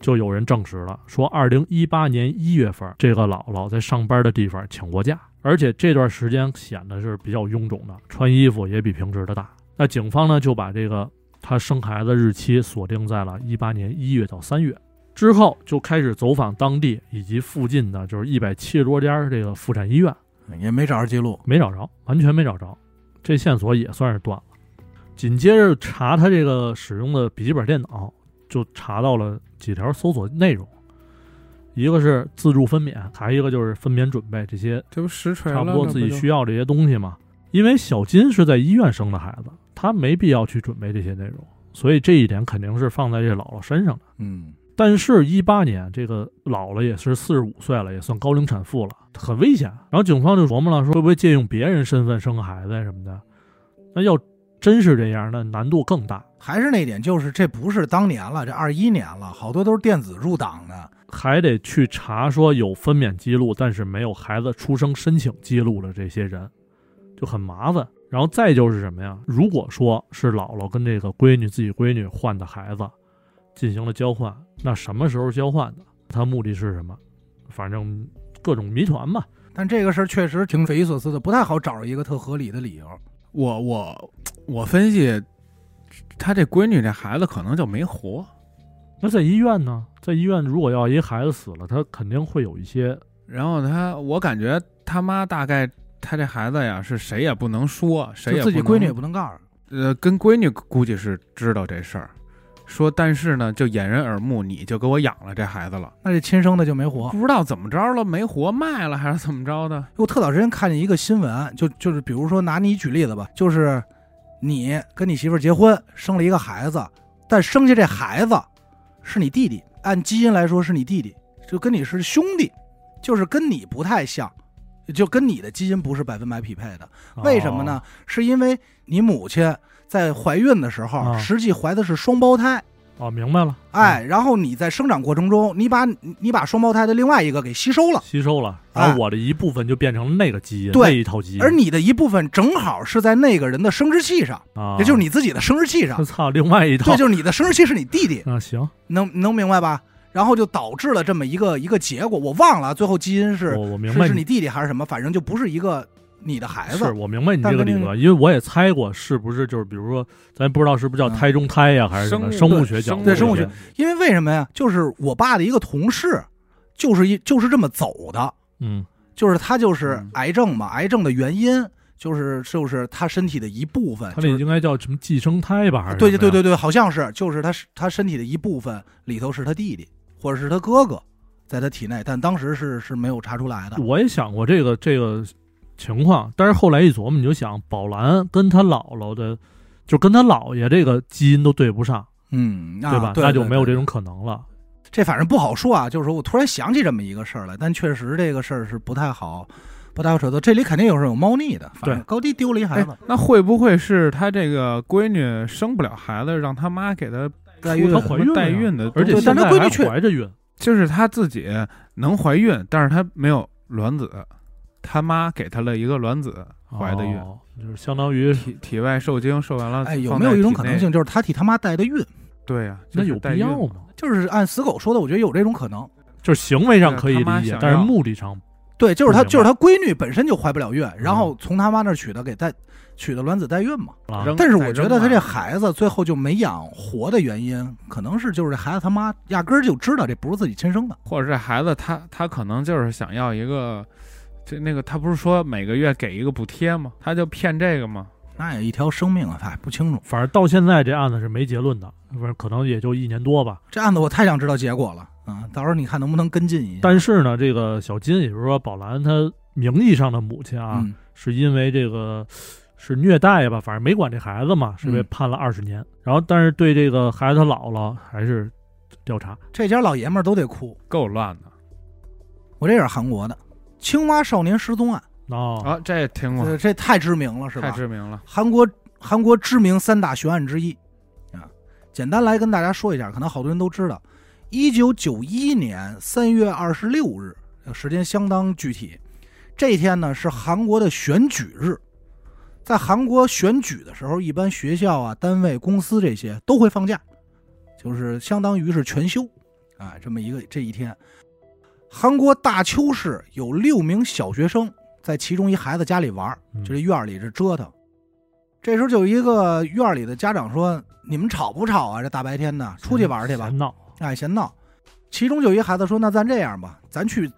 就有人证实了，说二零一八年一月份，这个姥姥在上班的地方请过假，而且这段时间显得是比较臃肿的，穿衣服也比平时的大。那警方呢就把这个她生孩子日期锁定在了一八年一月到三月，之后就开始走访当地以及附近的，就是一百七十多家这个妇产医院，
也没找着记录。
没找着，完全没找着，这线索也算是断了。紧接着查他这个使用的笔记本电脑，就查到了几条搜索内容，一个是自助分娩，还一个就是分娩准备这些
这不实锤了，
差不多自己
这不就
需要这些东西嘛。因为小金是在医院生的孩子，他没必要去准备这些内容，所以这一点肯定是放在这姥姥身上的。
嗯，
但是，一八年这个姥姥也是四十五岁了，也算高龄产妇了，很危险。然后警方就琢磨了，说会不会借用别人身份生个孩子呀什么的？那要真是这样，那难度更大。
还是那点，就是这不是当年了，这二一年了，好多都是电子入党的。
还得去查说有分娩记录，但是没有孩子出生申请记录的这些人，就很麻烦。然后再就是什么呀？如果说是姥姥跟这个闺女自己闺女换的孩子进行了交换，那什么时候交换的？他目的是什么？反正各种谜团吧。
但这个事儿确实挺匪夷所思的，不太好找着一个特合理的理由。
我我我分析，他这闺女这孩子可能就没活，
那在医院呢？在医院，如果要一孩子死了，他肯定会有一些
然后他我感觉他妈大概他这孩子呀是谁也不能说，谁也
就
不
自己闺女也
能
不能告诉，
呃，跟闺女估计是知道这事儿，说但是呢，就掩人耳目，你就给我养了这孩子了，
那这亲生的就没
哦
活。
不知道怎么着了，没活卖了还是怎么着的？
我特早之前看见一个新闻，就就是比如说拿你举例子吧，就是你跟你媳妇儿结婚，生了一个孩子，但生下这孩子是你弟弟，按基因来说是你弟弟，就跟你是兄弟，就是跟你不太像，就跟你的基因不是百分百匹配的。为什么
哦
呢？？是因为你母亲在怀孕的时候，
啊
实际怀的是双胞胎。
哦，哦明白了。
哎，然后你在生长过程中，你把你把双胞胎的另外一个给吸收了
嗯，，吸收了，
哎
然后我的一部分就变成了那个基因，
对
那一套基因。
而你的一部分正好是在那个人的生殖器上。
啊，
也就是你自己的生殖器
我
上，
操，另外一套
对，就是你的生殖器是你弟弟，
啊，行，
能能明白吧？然后就导致了这么一个一个结果，我忘了最后基因是
我我哦明
是
白
是你弟弟还是什么，反正就不是一个你的孩
是
子，
我明白你
但
这个
跟
理
那个
论，因为我也猜过是不是就是比如说，咱不知道是不是叫
嗯
胎中胎呀， 还是什么
生
生
物
物学角度
对
这些？
生物学因为为什么呀？就是我爸的一个同事，就是一就是这么走的，
嗯，
就是他就是
嗯
癌症嘛，癌症的原因就是就是他身体的一部分，
他
哎就
那
是
应该叫什么寄生胎吧？还是
对
什
对
么
对对
呀
对，好像是，就是他是他身体的一部分里头是他弟弟或者是他哥哥，在他体内，但当时是是没有查出来的。
我也想过这个这个情况，但是后来一琢磨，你就想宝蓝跟他姥姥的，就跟他姥爷这个基因都对不上，
嗯，啊
对吧？
对
那就没有这
对
种可能了。
这反正不好说啊。就是说我突然想起这么一个事儿来，但确实这个事儿是不太好，不太好扯得。这里肯定有是有猫腻的，反正
对
高低丢了一孩
哎
子，，
那会不会是他这个闺女生不了孩子，让他妈给他
代孕
她哎怀孕了呀
代孕的？
而且
对
现
但
在
她闺女
还
确
怀着孕，
就是她自己能怀孕，但是她没有卵子，她妈给她了一个卵子怀的孕，
哦就是相当于
体体外受精受完了，
哎，有
放
没
在
有一种
体
可
内
能？性，就是他替他妈带的孕？
对呀、就
那
是
有
代
必
孕
要
嘛
吗？
就是按死狗说的，我觉得有这种可能。
就是行为上可以
他妈
理
想
解
要，
但是目的上
对，就是他，
不明白
就是他闺女本身就怀不了孕，然后从他妈那儿取的给带取的卵子代孕嘛。
啊
扔
但是我觉得他这
再扔
孩子最后就没养活的原因，可能是就是这孩子他妈压根儿就知道这不是自己亲生的。
或者这孩子他他可能就是想要一个，这那个他不是说每个月给一个补贴吗？他就骗这个吗？
那也一条生命啊，哎，不清楚。
反正到现在这案子是没结论的，不是可能也就一年多吧。
这案子我太想知道结果了啊、到时候你看能不能跟进一下。
但是呢，这个小金，也就是说宝兰她名义上的母亲啊，
嗯，
是因为这个是虐待吧，反正没管这孩子嘛，是被
嗯
判了二十年。然后，但是对这个孩子姥姥还是调查。
这家老爷们儿都得哭。
够乱的
我这也是韩国的青蛙少年失踪案，
哦，
啊！这听过
这，这太知名了，是吧？
太知名了。
韩国韩国知名三大悬案之一啊。简单来跟大家说一下，可能好多人都知道，一九九一年三月二十六日，呃时间相当具体。这一天呢是韩国的选举日，在韩国选举的时候，一般学校啊、单位、公司这些都会放假，就是相当于是全休啊，这么一个这一天。韩国大邱市有六名小学生在其中一孩子家里玩儿，
嗯
就这院儿里这折腾。这时候就有一个院儿里的家长说：“你们吵不吵啊？这大白天的，出去玩儿去吧
闲！”闹
哎，闲闹。其中就有一孩子说：“那咱这样吧，咱去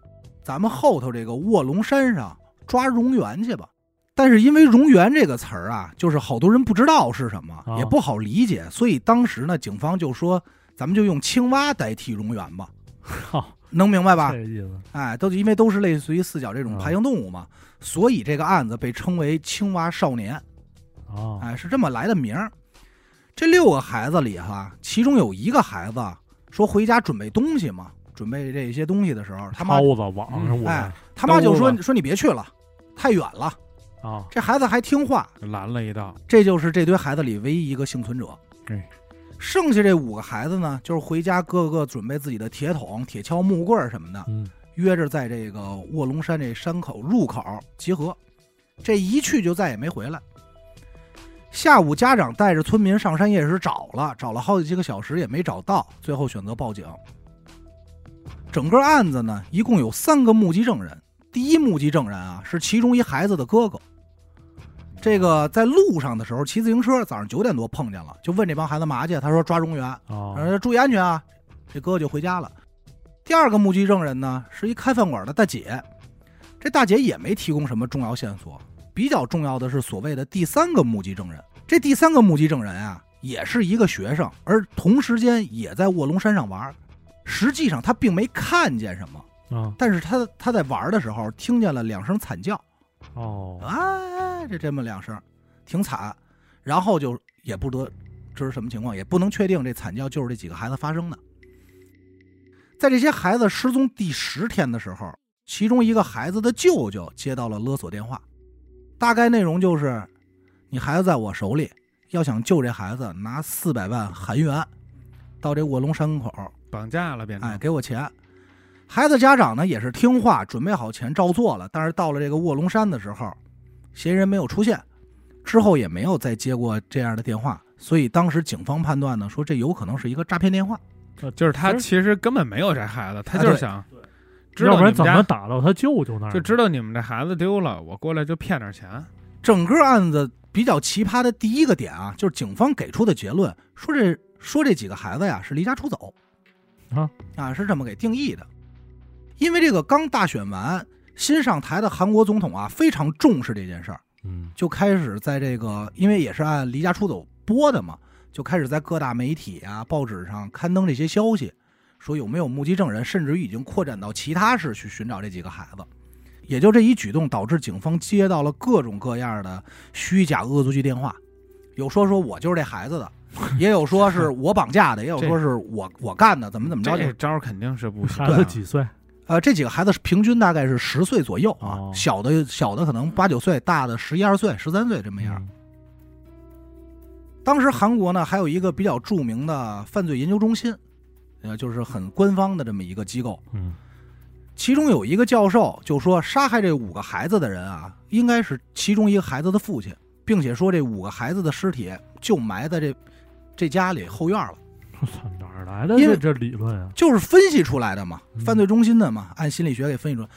咱们后头这个卧龙山上抓蝾螈去吧。”但是因为“蝾螈”这个词儿啊，就是好多人不知道是什么
啊，
也不好理解，所以当时呢，警方就说：“咱们就用青蛙代替蝾螈 吧。
靠，”
能明白吧
这？个意思
哎，都因为都是类似于四脚这种爬行动物嘛，所以这个案子被称为“青蛙少年”。
啊，
哎，是这么来的名儿。这六个孩子里哈，其中有一个孩子说回家准备东西嘛，准备这些东西的时候，他妈
抄子网上
嗯
我
哎他妈就
兜
说
了
说你别去了，太远了。
啊，
这孩子还听话，
拦了一道，
这就是这堆孩子里唯一一个幸存者
哎。
剩下这五个孩子呢，就是回家各个准备自己的铁桶、铁锹、木棍儿什么的，
嗯
约着在这个卧龙山这山口入口集合。这一去就再也没回来。下午，家长带着村民上山夜市找了，找了好几个小时也没找到，最后选择报警。整个案子呢，一共有三个目击证人。第一目击证人啊，是其中一孩子的哥哥。这个在路上的时候骑自行车，早上九点多碰见了，就问这帮孩子嘛去，他说抓蝾螈。
啊
呃，注意安全啊！这哥哥就回家了。第二个目击证人呢，是一开饭馆的大姐，这大姐也没提供什么重要线索。比较重要的是所谓的第三个目击证人，这第三个目击证人啊，也是一个学生，而同时间也在卧龙山上玩儿。实际上他并没看见什么，
啊
但是他他在玩儿的时候听见了两声惨叫，
哦
啊，这这么两声，挺惨，然后就也不得知什么情况，也不能确定这惨叫就是这几个孩子发生的。在这些孩子失踪第十天的时候，其中一个孩子的舅舅接到了勒索电话，大概内容就是：“你孩子在我手里，要想救这孩子，拿四百万韩元到这卧龙山口，
绑架了，变成
哎，给我钱。孩子家长呢也是听话，准备好钱照做了。但是到了这个卧龙山的时候，嫌疑人没有出现，之后也没有再接过这样的电话，所以当时警方判断呢，说这有可能是一个诈骗电话。
就是他
其实
其实根本没有这孩子，他
啊
就是
对
想
对
知道
要不然
你们
怎
家
么打到他舅舅那儿呢？
就知道你们这孩子丢了，我过来就骗点钱。
整个案子比较奇葩的第一个点啊，就是警方给出的结论，说这说这几个孩子呀是离家出走，
啊
啊是这么给定义的。因为这个刚大选完，新上台的韩国总统啊非常重视这件事儿。
嗯
就开始在这个，因为也是按离家出走播的嘛，就开始在各大媒体啊、报纸上刊登这些消息，说有没有目击证人，甚至于已经扩展到其他市去寻找这几个孩子。也就这一举动，导致警方接到了各种各样的虚假恶作剧电话，有说说我就是这孩子的，也有说 是我绑架的，也有说是我我干的，怎么怎么着
这
就。
招肯定是不啊行
孩子
的，
几岁？
呃，这几个孩子是平均大概是十岁左右啊，
哦
小的小的可能八九岁，大的十一二岁、十三岁这么样。
嗯
当时韩国呢还有一个比较著名的犯罪研究中心，呃，就是很官方的这么一个机构。
嗯
其中有一个教授就说，杀害这五个孩子的人啊，应该是其中一个孩子的父亲，并且说这五个孩子的尸体就埋在这这家里后院了，
我操，哪儿来的
因
这
为
这理论啊？
就是分析出来的嘛，
嗯
犯罪中心的嘛，按心理学给分析出来。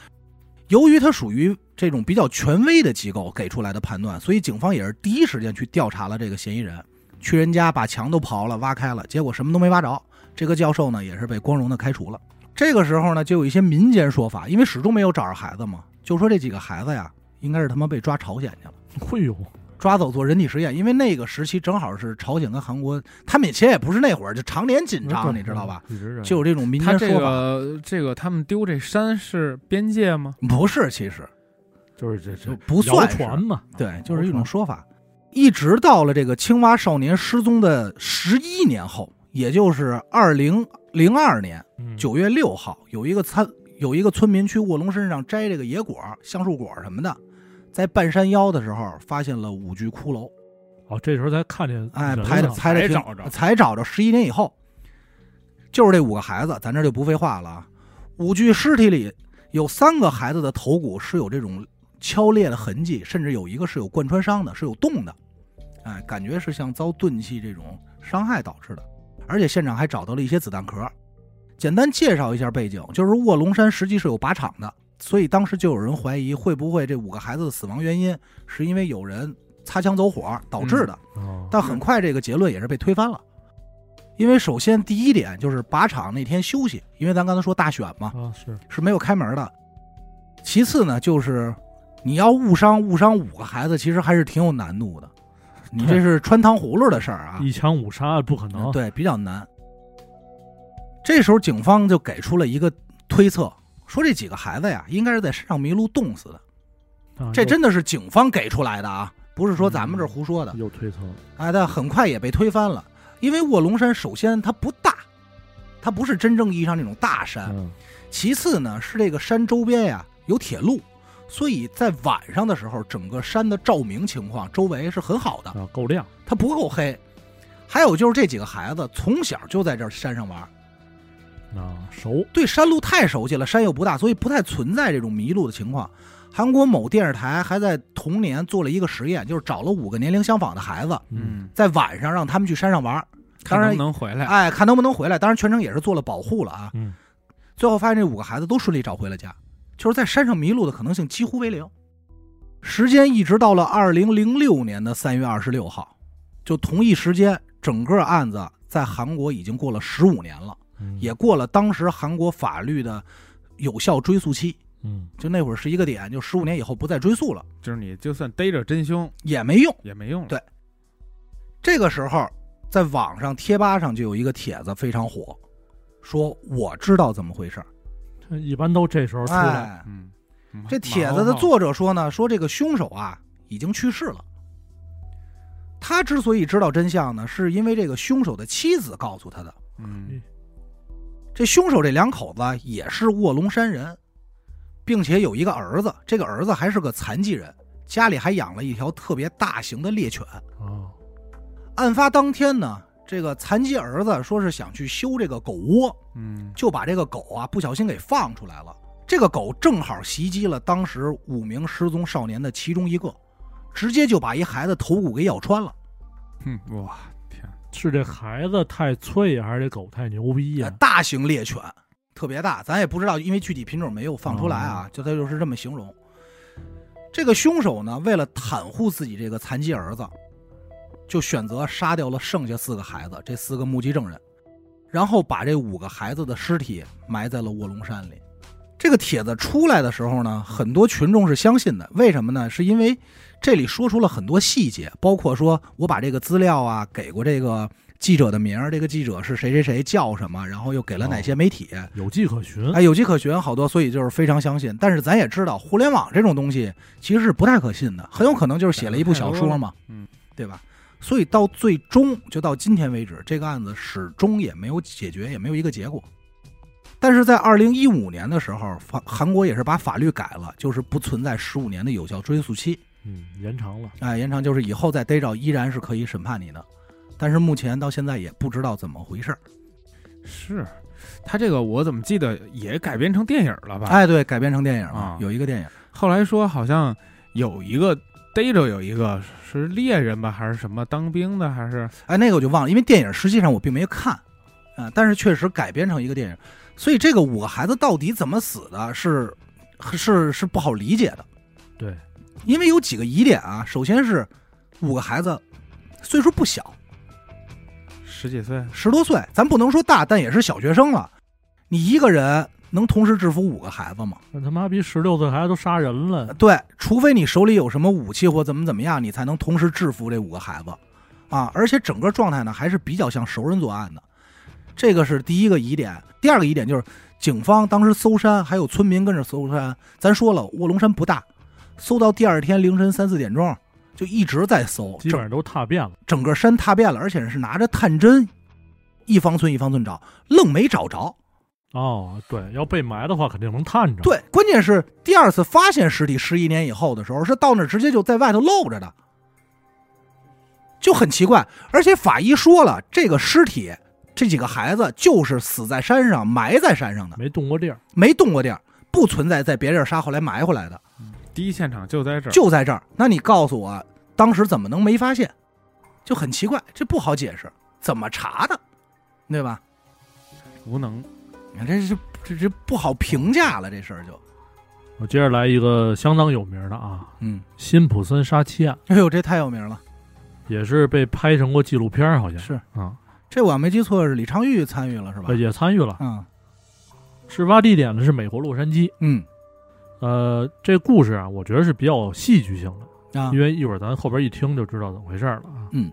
由于它属于这种比较权威的机构给出来的判断，所以警方也是第一时间去调查了这个嫌疑人，去人家把墙都刨了、挖开了，结果什么都没挖着。这个教授呢，也是被光荣的开除了。这个时候呢，就有一些民间说法，因为始终没有找着孩子嘛，就说这几个孩子呀，应该是他妈被抓朝鲜去了，
会有
抓走做人体实验。因为那个时期正好是朝鲜跟韩国，他们以前也不是那会儿就常年紧张，你知道吧？？
一直
就有这种民
他
间
这
说法，
个这个他们丢这山是边界吗？
不是，其实
就是这
就
这
不算
谣
是
传嘛，
对，就是一种
谣传
说法。一直到了这个青蛙少年失踪的十一年后，也就是二零零二年
嗯
九月六号，有一个参有一个村民去卧龙山上摘这个野果、橡树果什么的，在半山腰的时候发现了五具骷髅，
哦，这时候才看见
哎，
人
拍
了啊
才
嗯才
得
找着
才找着。十一年以后，就是这五个孩子，咱这就不废话了啊。五具尸体里有三个孩子的头骨是有这种敲裂的痕迹，甚至有一个是有贯穿伤的，是有洞的，哎，感觉是像遭钝器这种伤害导致的。而且现场还找到了一些子弹壳。简单介绍一下背景，就是卧龙山实际是有靶场的，所以当时就有人怀疑会不会这五个孩子的死亡原因是因为
嗯
有人擦枪走火导致的。
哦
但很快这个结论也是被推翻了。因为首先第一点就是靶场那天休息，因为咱刚才说大选嘛，
啊，是
是没有开门的。其次呢，就是你要误伤误伤五个孩子，其实还是挺有难度的。你这是穿糖葫芦的事儿啊，呃
一哦枪五杀不可能，
对，比较难。这时候警方就给出了一个推测，说这几个孩子呀，应该是在山上迷路冻死的。
啊
这
又
真的是警方给出来的啊，不是说咱们这儿胡说的。
又推测了，
啊，但很快也被推翻了，因为卧龙山首先它不大，它不是真正意义上那种大山，
嗯，
其次呢，是这个山周边呀有铁路，所以在晚上的时候，整个山的照明情况周围是很好的，
啊，够亮，
它不够黑。还有就是这几个孩子从小就在这山上玩，
啊，熟，
对山路太熟悉了，山又不大，所以不太存在这种迷路的情况。韩国某电视台还在同年做了一个实验，就是找了五个年龄相仿的孩子，
嗯，
在晚上让他们去山上玩，当
看能
然
不能回来。
哎，看能不能回来。当然，全程也是做了保护了啊。
嗯，
最后发现这五个孩子都顺利找回了家，就是在山上迷路的可能性几乎为零。时间一直到了二零零六年的三月二十六号，就同一时间，整个案子在韩国已经过了十五年了，
嗯
也过了当时韩国法律的有效追诉期。
嗯，
就那会儿是一个点，就十五年以后不再追诉了，
就是你就算逮着真凶
也没用。
也没用了。
对这个时候，在网上贴吧上就有一个帖子非常火，说我知道怎么回事儿。
这一般都这时候出来，
哎，
嗯，嗯
这帖子的
马后炮
作者说呢，说这个凶手啊已经去世了。他之所以知道真相呢，是因为这个凶手的妻子告诉他的。
嗯
这凶手这两口子也是卧龙山人，并且有一个儿子，这个儿子还是个残疾人，家里还养了一条特别大型的猎犬。
啊，
案发当天呢，这个残疾儿子说是想去修这个狗窝，
嗯
就把这个狗啊不小心给放出来了。这个狗正好袭击了当时五名失踪少年的其中一个，直接就把一孩子头骨给咬穿了。
嗯，哇天，
是这孩子太脆啊呀，还是这狗太牛逼啊
呃
呀？
大型猎犬，特别大，咱也不知道，因为具体品种没有放出来啊，就它就是这么形容。这个凶手呢，为了袒护自己这个残疾儿子，就选择杀掉了剩下四个孩子，这四个目击证人，然后把这五个孩子的尸体埋在了卧龙山里。这个帖子出来的时候呢，很多群众是相信的，为什么呢？是因为这里说出了很多细节，包括说我把这个资料啊给过这个记者的名儿，这个记者是谁谁谁叫什么，然后又给了哪些媒体，
有迹可循，
嗯
哎，有迹可循，好多，所以就是非常相信。但是咱也知道，互联网这种东西其实是不太可信的，很有可能就是写了一部小说嘛，
嗯，
对吧？所以到最终，就到今天为止，这个案子始终也没有解决，也没有一个结果。但是在二零一五年的时候，法韩国也是把法律改了，就是不存在十五年的有效追诉期，
嗯，延长了，
哎，延长就是以后再逮着依然是可以审判你的。但是目前到现在也不知道怎么回事儿。
是他这个我怎么记得也改编成电影了吧？
哎，对，改编成电影了
啊，
有一个电影。
后来说好像有一个逮着有一个是猎人吧，还是什么当兵的，还是
哎，那个我就忘了，因为电影实际上我并没看，啊，但是确实改编成一个电影，所以这个五个孩子到底怎么死的是，是是不好理解的，
对，
因为有几个疑点啊。首先是五个孩子岁数不小，
十几岁？
十多岁，咱不能说大，但也是小学生了。你一个人能同时制服五个孩子吗？
那他妈逼十六岁孩子都杀人
呃
了，
对，除非你手里有什么武器或怎么怎么样，你才能同时制服这五个孩子，啊，而且整个状态呢还是比较像熟人作案的，这个是第一个疑点。第二个疑点就是警方当时搜山，还有村民跟着搜山。咱说了，卧龙山不大，搜到第二天凌晨三四点钟就一直在搜，
基本
整
上都踏遍了，
整个山踏遍了，而且是拿着探针，一方寸一方寸找，愣没找着。
哦，对，要被埋的话肯定能探着，
对，关键是第二次发现尸体十一年以后的时候，是到那儿直接就在外头露着的，就很奇怪。而且法医说了，这个尸体这几个孩子就是死在山上，埋在山上的，
没动过地儿，
没动过地儿，不存在在别人杀后来埋回来的，
第一现场就在这儿，
就在这儿。那你告诉我，当时怎么能没发现？就很奇怪，这不好解释，怎么查的，对吧？
无能。
你看这是这这不好评价了，这事儿就
我接着来一个相当有名的啊，
嗯，
辛普森杀妻案，
哎呦，这太有名了，
也是被拍成过纪录片儿，好像
是。
啊，
这我要没记错是李昌钰参与了是吧
呃？也参与了。
嗯
事发地点呢是美国洛杉矶。
嗯
呃，这故事啊，我觉得是比较有戏剧性的，
啊
因为一会儿咱后边一听就知道怎么回事了啊。
嗯，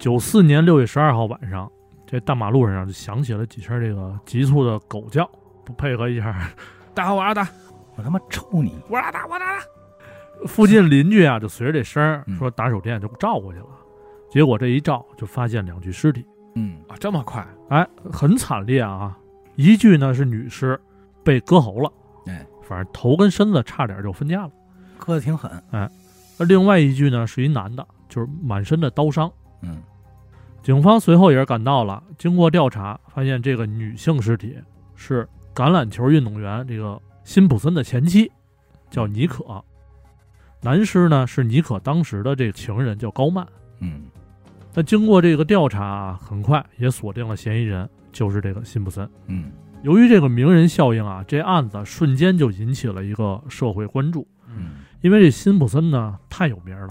九四年六月十二号晚上，这大马路上就响起了几声这个急促的狗叫，不配合一下，
大伙儿的，
我他妈抽你！
我打打我打打，
附近邻居啊就随着这声儿
嗯
说打手电就照过去了，结果这一照就发现两具尸体，
嗯
啊，这么快？
哎，很惨烈啊！一具呢是女尸，被割喉了，
哎，
反正头跟身子差点就分家了。
磕的挺狠。
那另外一具呢是一男的，就是满身的刀伤。
嗯
警方随后也是赶到了，经过调查发现这个女性尸体是橄榄球运动员这个辛普森的前妻，叫尼可。男尸呢是尼可当时的这个情人叫高曼。
嗯
那经过这个调查啊，很快也锁定了嫌疑人，就是这个辛普森。
嗯
由于这个名人效应啊，这案子瞬间就引起了一个社会关注。
嗯
因为这辛普森呢太有名了，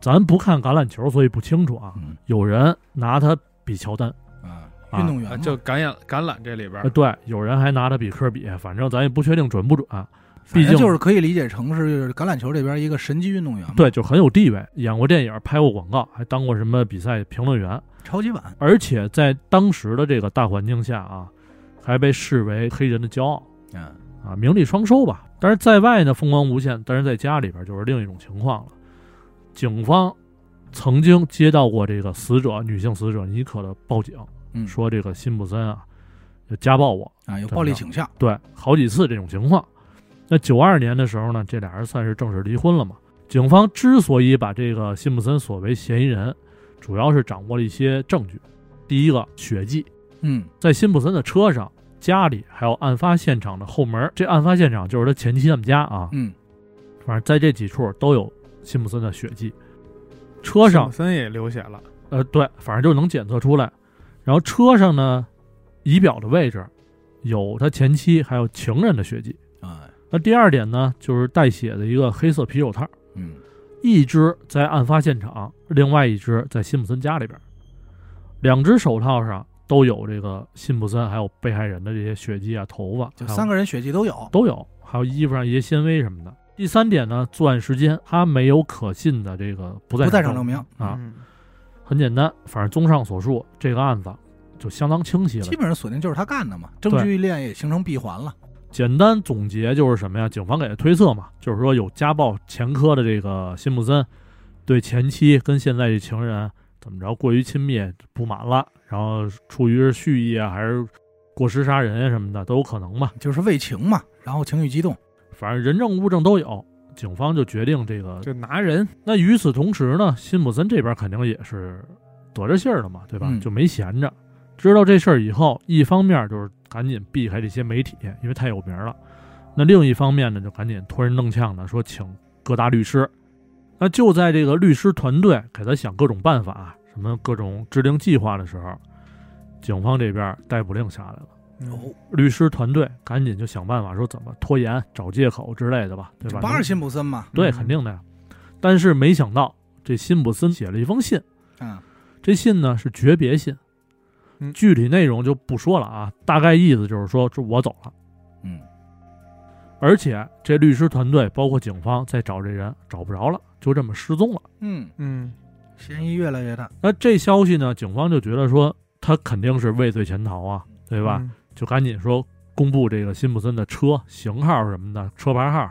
咱不看橄榄球，所以不清楚啊。
嗯
有人拿他比乔丹，
啊，
啊
运动员
啊
嘛
就感染橄榄这里边
呃，
儿，
对，有人还拿他比科比，反正咱也不确定准不准、
反
毕
正
竟
就是可以理解成是橄榄球这边一个神级运动员嘛，
对，就很有地位，演过电影，拍过广告，还当过什么比赛评论员，
超级碗。
而且在当时的这个大环境下啊，还被视为黑人的骄傲
嗯
啊，名利双收吧。但是在外呢，风光无限；但是在家里边就是另一种情况了。警方曾经接到过这个死者女性死者尼可的报警，
嗯，
说这个辛普森啊，就家暴我，
啊有暴力倾向。
对，好几次这种情况。那九二年的时候呢，这俩人算是正式离婚了嘛。警方之所以把这个辛普森所为嫌疑人，主要是掌握了一些证据。第一个，血迹
嗯
在辛普森的车上、家里，还有案发现场的后门。这案发现场就是他前妻他们家啊，
嗯，
反正在这几处都有辛普森的血迹。车
辛
上
普，森也流血了，
呃，对，反正就能检测出来。然后车上呢，仪表的位置有他前妻还有情人的血迹。
啊
那第二点呢，就是带血的一个黑色皮手套，
嗯
一只在案发现场，另外一只在辛普森家里边，两只手套上都有这个辛普森还有被害人的这些血迹啊、头发，
就
还有
三个人血迹都有。
都有，还有衣服上一些纤维什么的。第三点呢，作案时间他没有可信的这个不在
不在
场
场证明
啊，
嗯
很简单，反正综上所述，这个案子就相当清晰了
基。本上锁定就是他干的嘛，证据链也形成闭环了。
简单总结就是什么呀？警方给的推测嘛，就是说有家暴前科的这个辛普森，对前妻跟现在这情人怎么着过于亲密不满了，然后出于是蓄意啊，还是过失杀人啊什么的都有可能吧。
就是为情嘛，然后情绪激动。
反正人证物证都有，警方就决定这个。
就拿人，
那与此同时呢，辛普森这边肯定也是得着信儿了嘛，对吧？
嗯
就没闲着。知道这事儿以后，一方面就是赶紧避开这些媒体，因为太有名了；那另一方面呢，就赶紧托人弄呛的说请各大律师。那就在这个律师团队给他想各种办法，什么各种制定计划的时候，警方这边逮捕令下来了。
嗯
哦，
律师团队赶紧就想办法说怎么拖延、找借口之类的吧，对吧？
不二辛普森嘛，
对，
嗯
肯定的呀。但是没想到，这辛普森写了一封信，
嗯
这信呢是诀别信
嗯，
具体内容就不说了啊，大概意思就是说，这我走了。
嗯
而且这律师团队包括警方在找这人，找不着了，就这么失踪了。
嗯，
嗯，
嫌疑越来越大。
那这消息呢，警方就觉得说他肯定是畏罪潜逃啊，对
对
吧？？就赶紧说公布这个辛普森的车型号什么的，车牌号，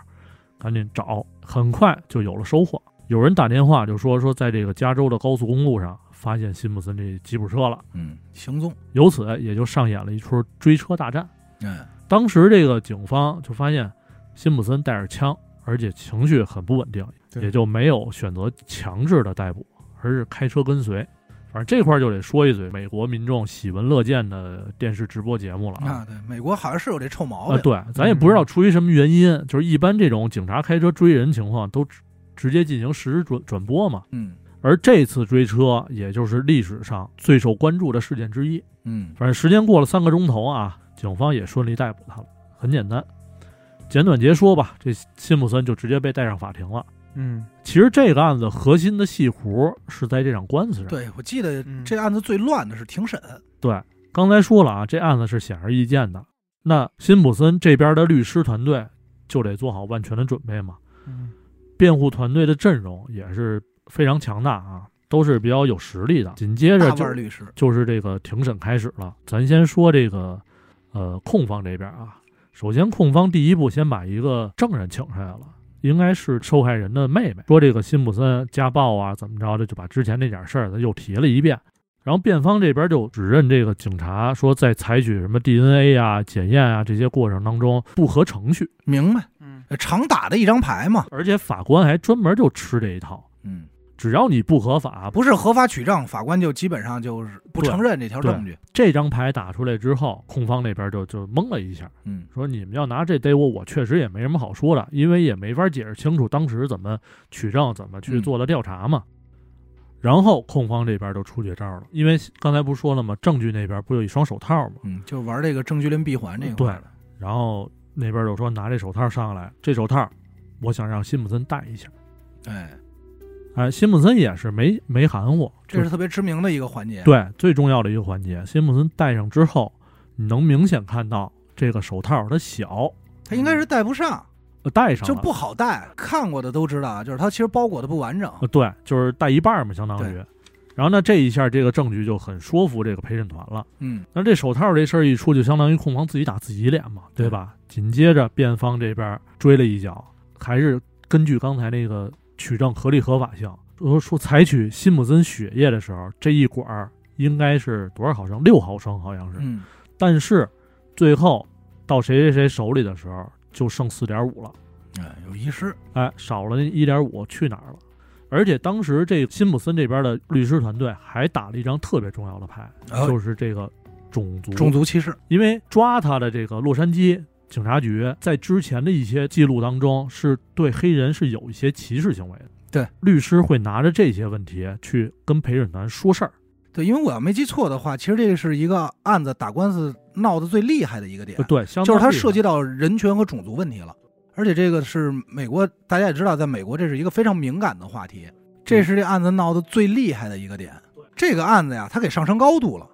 赶紧找，很快就有了收获。有人打电话就说说，在这个加州的高速公路上发现辛普森这吉普车了，
嗯，行踪。
由此也就上演了一出追车大战。
嗯
当时这个警方就发现辛普森带着枪，而且情绪很不稳定，
对
也就没有选择强制的逮捕，而是开车跟随。反正这块儿就得说一嘴美国民众喜闻乐见的电视直播节目了
啊，对，美国好像是有这臭毛
啊，
病。
对，咱也不知道出于什么原因，就是一般这种警察开车追人情况都直直接进行实时转转播嘛。
嗯
而这次追车，也就是历史上最受关注的事件之一。
嗯
反正时间过了三个钟头啊，警方也顺利逮捕他了。很简单，简短截说吧，这辛普森就直接被带上法庭了。
嗯
其实这个案子核心的戏弧是在这场官司上。
对，我记得
嗯
这案子最乱的是庭审，
刚才说了啊，这案子是显而易见的。那辛普森这边的律师团队就得做好万全的准备嘛。
嗯
辩护团队的阵容也是非常强大啊，都是比较有实力的。紧接着
大
啊就
腕律师，
就是这个庭审开始了。咱先说这个，呃，控方这边啊，首先控方第一步先把一个证人请出来了，应该是受害人的妹妹，说这个辛普森家暴啊怎么着的，就把之前那点事儿他又提了一遍。然后辩方这边就指认这个警察说，在采取什么 DNA 啊、检验啊这些过程当中不合程序，
明白？
嗯
呃常打的一张牌嘛，
而且法官还专门就吃这一套，
嗯，
只要你不合法，
不是合法取证，法官就基本上就是不承认这条证据，
这张牌打出来之后，控方那边就就懵了一下，
嗯，
说你们要拿这逮我，我确实也没什么好说的，因为也没法解释清楚当时怎么取证、怎么去做的调查嘛。然后控方这边就出绝招了，因为刚才不是说了吗？证据那边不有一双手套吗？
嗯，就玩这个证据链闭环这个，
对，然后那边就说拿这手套上来，这手套我想让辛普森戴一下。
哎，
哎，辛普森也是没没含糊，
这是特别知名的一个环节，，
对，最重要的一个环节，辛普森戴上之后，你能明显看到这个手套它小，
他应该是戴不上，
呃戴上
就
了
不好戴，看过的都知道啊，就是它其实包裹的不完整，
呃对，就是戴一半儿嘛，相当于。然后呢，这一下这个证据就很说服这个陪审团了。
嗯，
那这手套这事儿一出，就相当于控方自己打自己脸嘛，对吧？紧接着辩方这边追了一脚，还是根据刚才那个取证合理合法性，说说采取辛普森血液的时候，这一管儿应该是多少毫升？六毫升好像是。
嗯，
但是最后到谁谁谁手里的时候，就剩四点五了，
哎，有遗失，
哎，少了那一点五去哪儿了？而且当时这个辛普森这边的律师团队还打了一张特别重要的牌，
哎
就是这个种族，
种族歧视，
因为抓他的这个洛杉矶警察局在之前的一些记录当中，是对黑人是有一些歧视行为的。
对，
律师会拿着这些问题去跟陪审团说事儿。
对，因为我要没记错的话，其实这是一个案子打官司闹得最厉害的一个点
呃，对，相当
就是它
厉害
涉及到人权和种族问题了，而且这个是美国，大家也知道，在美国这是一个非常敏感的话题，
嗯
这是这案子闹得最厉害的一个点。这个案子呀，它给上升高度了，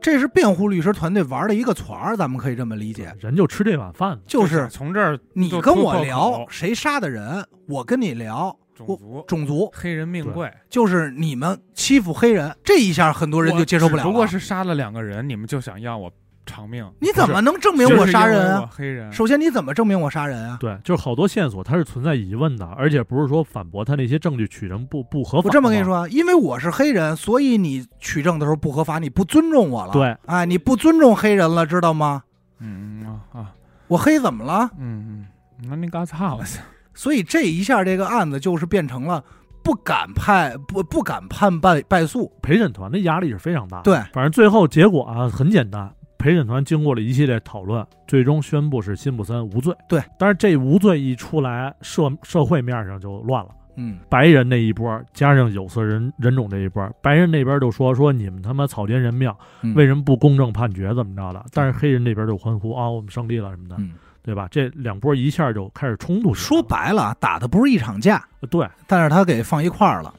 这是辩护律师团队玩的一个团儿，咱们可以这么理解，
人就吃这碗饭呢。
就是
从这儿
你
就
跟
突破
我
口
聊谁杀的人，我跟你聊
种
我
族
种族，
黑人命贵，
就是你们欺负黑人，这一下很多人就接受不了
我只
了。
不过是杀了两个人，你们就想要我偿命？
你怎么能证明
就是
我杀人
因为我
啊？
黑人，
首先你怎么证明我杀人啊？
对，就是好多线索它是存在疑问的，而且不是说反驳他那些证据取证不不合法。
我这么跟你，说，啊，因为我是黑人，所以你取证的时候不合法，你不尊重我了。
对，
哎，你不尊重黑人了，知道吗？
嗯嗯啊啊
我黑怎么了？
嗯嗯，那你嘎操我操！
所以这一下这个案子就是变成了不敢判不不敢判败败诉。
陪审团的压力是非常大的。，
对，
反正最后结果啊很简单，陪审团经过了一系列讨论，最终宣布是辛普森无罪。
对，
但是这无罪一出来，社社会面上就乱了。
嗯，
白人那一波加上有色人人种这一波，白人那边就说说你们他妈草菅人命，
嗯
为什么不公正判决怎么着的？但是黑人那边就欢呼啊、我们胜利了什么的，
嗯
对吧？这两波一下就开始冲突起来了。
说白了，啊打的不是一场架，
对，
但是他给放一块儿了，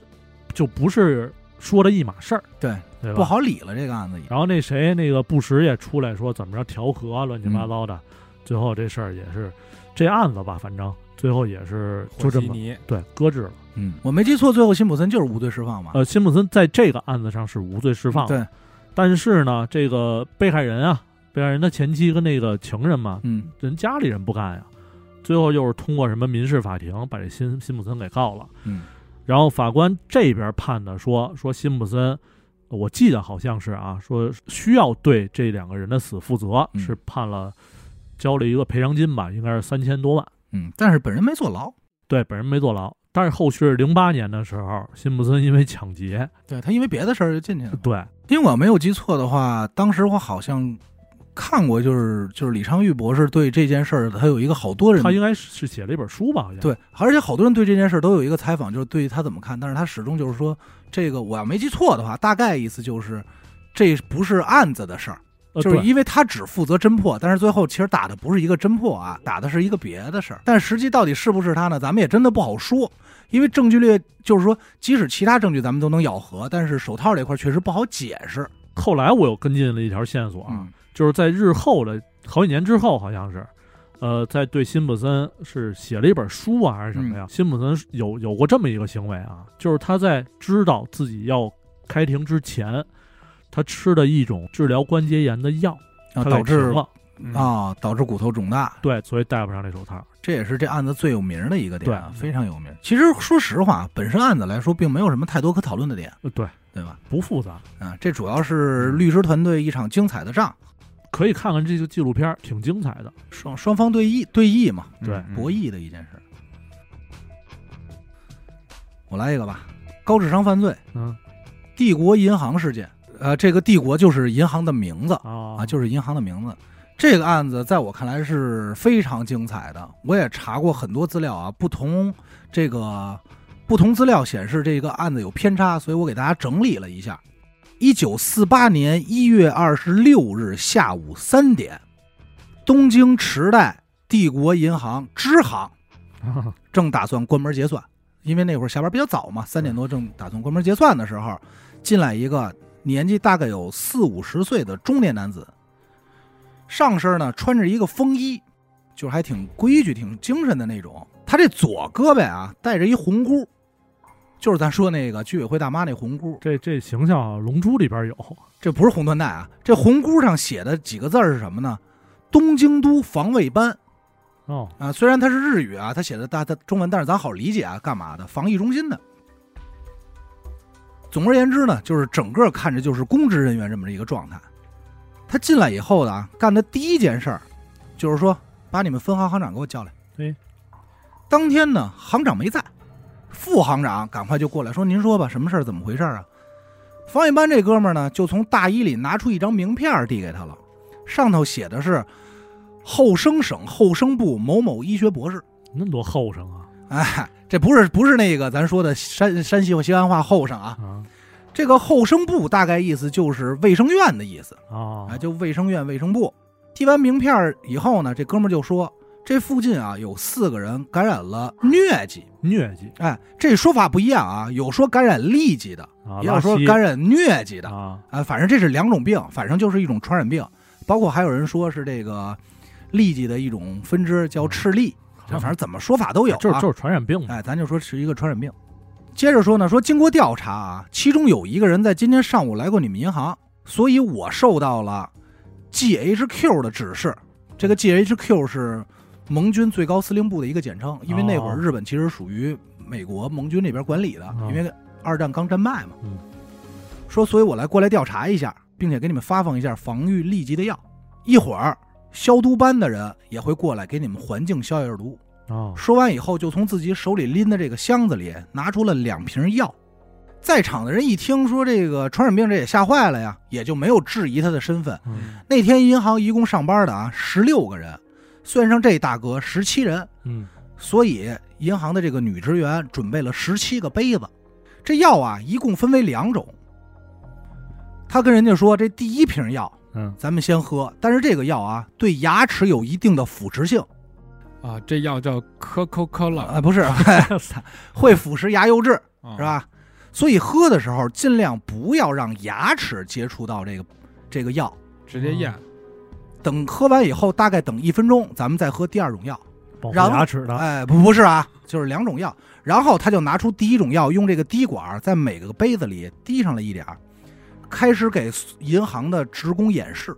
就不是说的一码事儿，
对
对吧？
不。好理了。这个案子也
然后那谁那个布什也出来说怎么着调和啊，乱七
嗯
八糟的，最后这事儿也是这案子吧，反正最后也是 就这
和
么
稀泥
对搁置了。
嗯，我没记错，最后辛普森就是无罪释放嘛？
呃，辛普森在这个案子上是无罪释放的，
对，
但是呢，这个被害人啊，被害人的前妻跟那个情人嘛，
嗯，
人家里人不干呀，最后又是通过什么民事法庭把这辛辛普森给告了。
嗯，
然后法官这边判的说说辛普森，我记得好像是啊，说需要对这两个人的死负责，
嗯
是判了交了一个赔偿金吧，应该是三千多万。
嗯，但是本人没坐牢，
对，本人没坐牢。但是后续零八年的时候，辛普森因为抢劫，
对他因为别的事儿就进去了。
对，
因为我没有记错的话，当时我好像看过，就是就是李昌钰博士对这件事儿，他有一个好多人
他应该是写了一本书吧，好像。，
对，而且好多人对这件事儿都有一个采访，就是对他怎么看，但是他始终就是说，这个我要没记错的话，大概意思就是这不是案子的事儿，
呃
就是
对
因为他只负责侦破，但是最后其实打的不是一个侦破啊，打的是一个别的事儿。但实际到底是不是他呢？咱们也真的不好说，因为证据链就是说，即使其他证据咱们都能咬合，但是手套这块确实不好解释。
后来我又跟进了一条线索啊，
嗯
就是在日后的好几年之后，好像是，呃，在对辛普森是写了一本书啊，还是什
嗯
么呀？辛普森有有过这么一个行为啊，就是他在知道自己要开庭之前，他吃的一种治疗关节炎的药，
啊，
他
导
给
致
停了，
嗯
啊，导致骨头肿大，
对，所以戴不上这手套。
这也是这案子最有名的一个点，啊，
对
非常有名。其实说实话，本身案子来说，并没有什么太多可讨论的点，
呃对，
对吧？
不复杂，
啊，这主要是律师团队一场精彩的仗，
可以看看这个纪录片儿，挺精彩的。
双双方对弈对弈嘛，
对
嗯
博弈的一件事。我来一个吧，高智商犯罪，
嗯
帝国银行事件。呃，这个帝国就是银行的名字
啊
啊，就是银行的名字。这个案子在我看来是非常精彩的，我也查过很多资料啊，不同这个不同资料显示这个案子有偏差，所以我给大家整理了一下。一九四八年一月二十六日下午三点，东京池袋帝国银行支行正打算关门结算，因为那会儿下班比较早嘛，三点多正打算关门结算的时候，进来一个年纪大概有四五十岁的中年男子，上身呢穿着一个风衣，就是还挺规矩、挺精神的那种。他这左胳膊啊带着一红箍，就是咱说那个居委会大妈那红箍，
这这形象啊，《龙珠》里边有
这不是红缎带啊，这红箍上写的几个字儿是什么呢？东京都防卫班
哦，
啊，虽然它是日语啊，它写的大它中文，但是咱好理解啊，干嘛的？防疫中心的。总而言之呢，就是整个看着就是公职人员这么一个状态。他进来以后呢，干的第一件事儿就是说，把你们分行行长给我叫来。
哎，
当天呢，行长没在，副行长赶快就过来说：“您说吧，什么事儿？怎么回事儿啊？”防疫班这哥们儿呢，就从大衣里拿出一张名片儿递给他了，上头写的是后生省后生部某某医学博士。
那么多后生啊
哎，这不是不是那个咱说的山山西或西安话后生啊，
啊
这个后生部大概意思就是卫生院的意思
啊
啊，就卫生院卫生部。递完名片儿以后呢，这哥们儿就说，这附近啊有四个人感染了疟疾。
疟疾
哎，这说法不一样啊，有说感染痢疾的，
啊，
也有
拉
说
稀
感染疟疾的。
啊，
啊，反正这是两种病，反正就是一种传染病，包括还有人说是这个痢疾的一种分支叫赤痢，这反正怎么说法都有、啊，
嗯就是就是传染病嘛。
哎，咱就说是一个传染病。接着说呢，说经过调查啊，其中有一个人在今天上午来过你们银行，所以我受到了 GHQ 的指示。这个 GHQ 是盟军最高司令部的一个简称，因为那会儿
哦
日本其实属于美国盟军那边管理的，
哦
因为二战刚战败嘛。
嗯
说，所以我来过来调查一下，并且给你们发放一下防御痢疾的药。一会儿消毒班的人也会过来给你们环境消消毒。
啊
说完以后，就从自己手里拎的这个箱子里拿出了两瓶药。在场的人一听说这个传染病，这也吓坏了呀，也就没有质疑他的身份。
嗯
那天银行一共上班的啊，十六个人，算上这大哥十七人，
嗯
所以银行的这个女职员准备了十七个杯子。这药啊，一共分为两种。他跟人家说，这第一瓶药
嗯
咱们先喝，但是这个药啊，对牙齿有一定的腐蚀性。
啊，这药叫 Coca
啊、
Cola
不是， 会腐蚀牙釉质
啊
是？吧？所以喝的时候尽量不要让牙齿接触到这个这个药。
直接咽，
等喝完以后，大概等一分钟，咱们再喝第二种药。
保护
然后
牙齿的
哎，不不是啊，就是两种药。然后他就拿出第一种药，用这个滴管儿在每个杯子里滴上了一点儿，开始给银行的职工演示，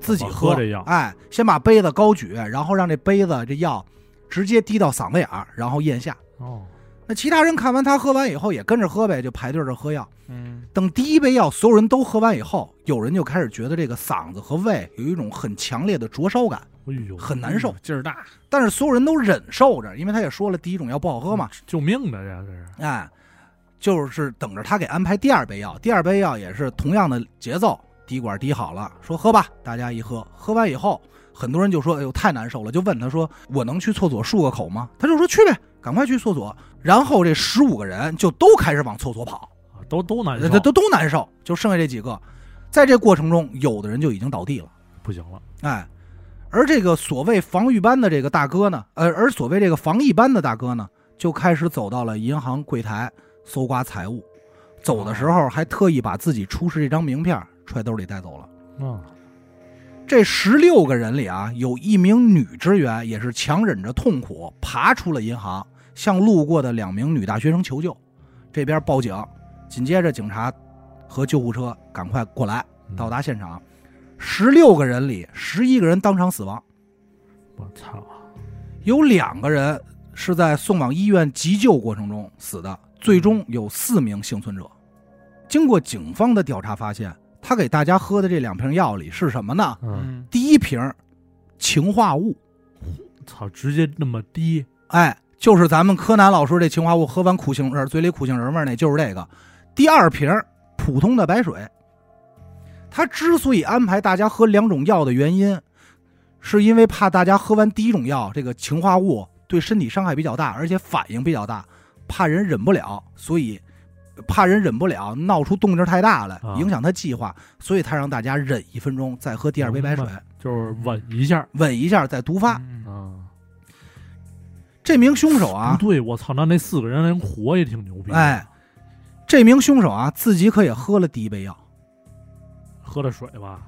自己
我
喝
喝这药
哎，先把杯子高举，然后让这杯子这药直接滴到嗓子眼儿，然后咽下。
哦，
那其他人看完他喝完以后也跟着喝呗，就排队着喝药。
嗯，
等第一杯药所有人都喝完以后，有人就开始觉得这个嗓子和胃有一种很强烈的灼烧感，
哎呦，
很难受。
劲儿大，
但是所有人都忍受着，因为他也说了第一种药不好喝嘛，
救命的呀，这是
哎，就是等着他给安排第二杯药。第二杯药也是同样的节奏，滴管滴好了，说喝吧，大家一喝，喝完以后，很多人就说：“哎呦，太难受了。”就问他说：“我能去厕所漱个口吗？”他就说：“去呗，赶快去厕所。”然后这十五个人就都开始往厕所跑。
啊都都难受
这，都都难受，就剩下这几个。在这过程中，有的人就已经倒地了，
不行了，
哎，而这个所谓防御班的这个大哥呢，呃，而所谓这个防疫班的大哥呢，就开始走到了银行柜台搜刮财物，走的时候还特意把自己出示这张名片揣兜里带走了。
嗯，
这十六个人里啊，有一名女职员也是强忍着痛苦爬出了银行，向路过的两名女大学生求救。这边报警，紧接着警察和救护车赶快过来，
嗯
到达现场。十六个人里，十一个人当场死亡，
我操，
有两个人是在送往医院急救过程中死的，最终有四名幸存者。经过警方的调查发现，他给大家喝的这两瓶药里是什么呢？
嗯，
嗯，
第一瓶儿氰化物，
操，直接那么低，
哎，就是咱们柯南老师这氰化物喝完苦杏仁儿，呃嘴里苦杏仁味儿那就是这个。第二瓶儿普通的白水。他之所以安排大家喝两种药的原因，是因为怕大家喝完第一种药，这个氰化物对身体伤害比较大，而且反应比较大，怕人忍不了，所以怕人忍不了，闹出动静太大来
啊，
影响他计划，所以他让大家忍一分钟，再喝第二杯白水
明，就是稳一下，
稳一下再毒发。
嗯
啊，
这名凶手啊，
不对，我操，那那四个人连活也挺牛逼，，
哎，这名凶手啊，自己可也喝了第一杯药，
喝了水吧，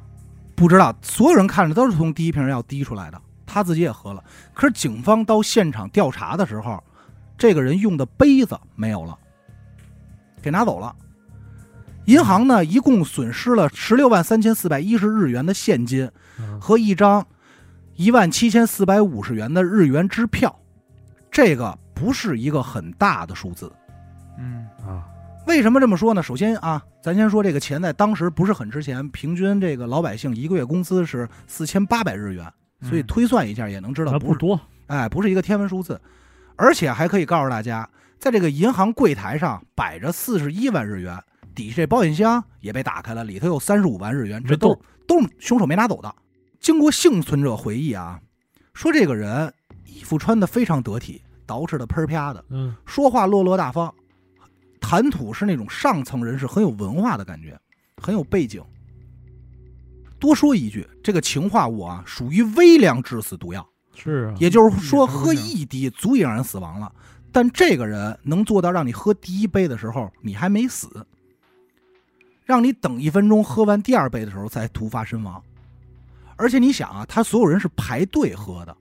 不知道所有人看着都是从第一瓶药滴出来的，他自己也喝了。可是警方到现场调查的时候，这个人用的杯子没有了，给拿走了。银行呢，一共损失了十六万三千四百一十日元的现金
嗯
和一张一万七千四百五十元的日元支票，这个不是一个很大的数字。
嗯
啊，
为什么这么说呢？首先啊，咱先说这个钱在当时不是很值钱，平均这个老百姓一个月工资是四千八百日元，
嗯
所以推算一下也能知道
还
不
啊不
是
多，
哎不是一个天文数字，而且还可以告诉大家，在这个银行柜台上摆着四十一万日元，底下这保险箱也被打开了，里头有三十五万日元，这
没
都
动
都是凶手没拿走的。经过幸存者回忆啊，说这个人衣服穿的非常得体，捯饬的喷儿啪的，
嗯，
说话落落大方，谈吐是那种上层人士很有文化的感觉，很有背景。多说一句，这个氰化物啊，属于微量致死毒药，
是啊，
也就是说
嗯
喝一滴足以让人死亡了。但这个人能做到让你喝第一杯的时候你还没死，让你等一分钟喝完第二杯的时候再突发身亡。而且你想啊，他所有人是排队喝的，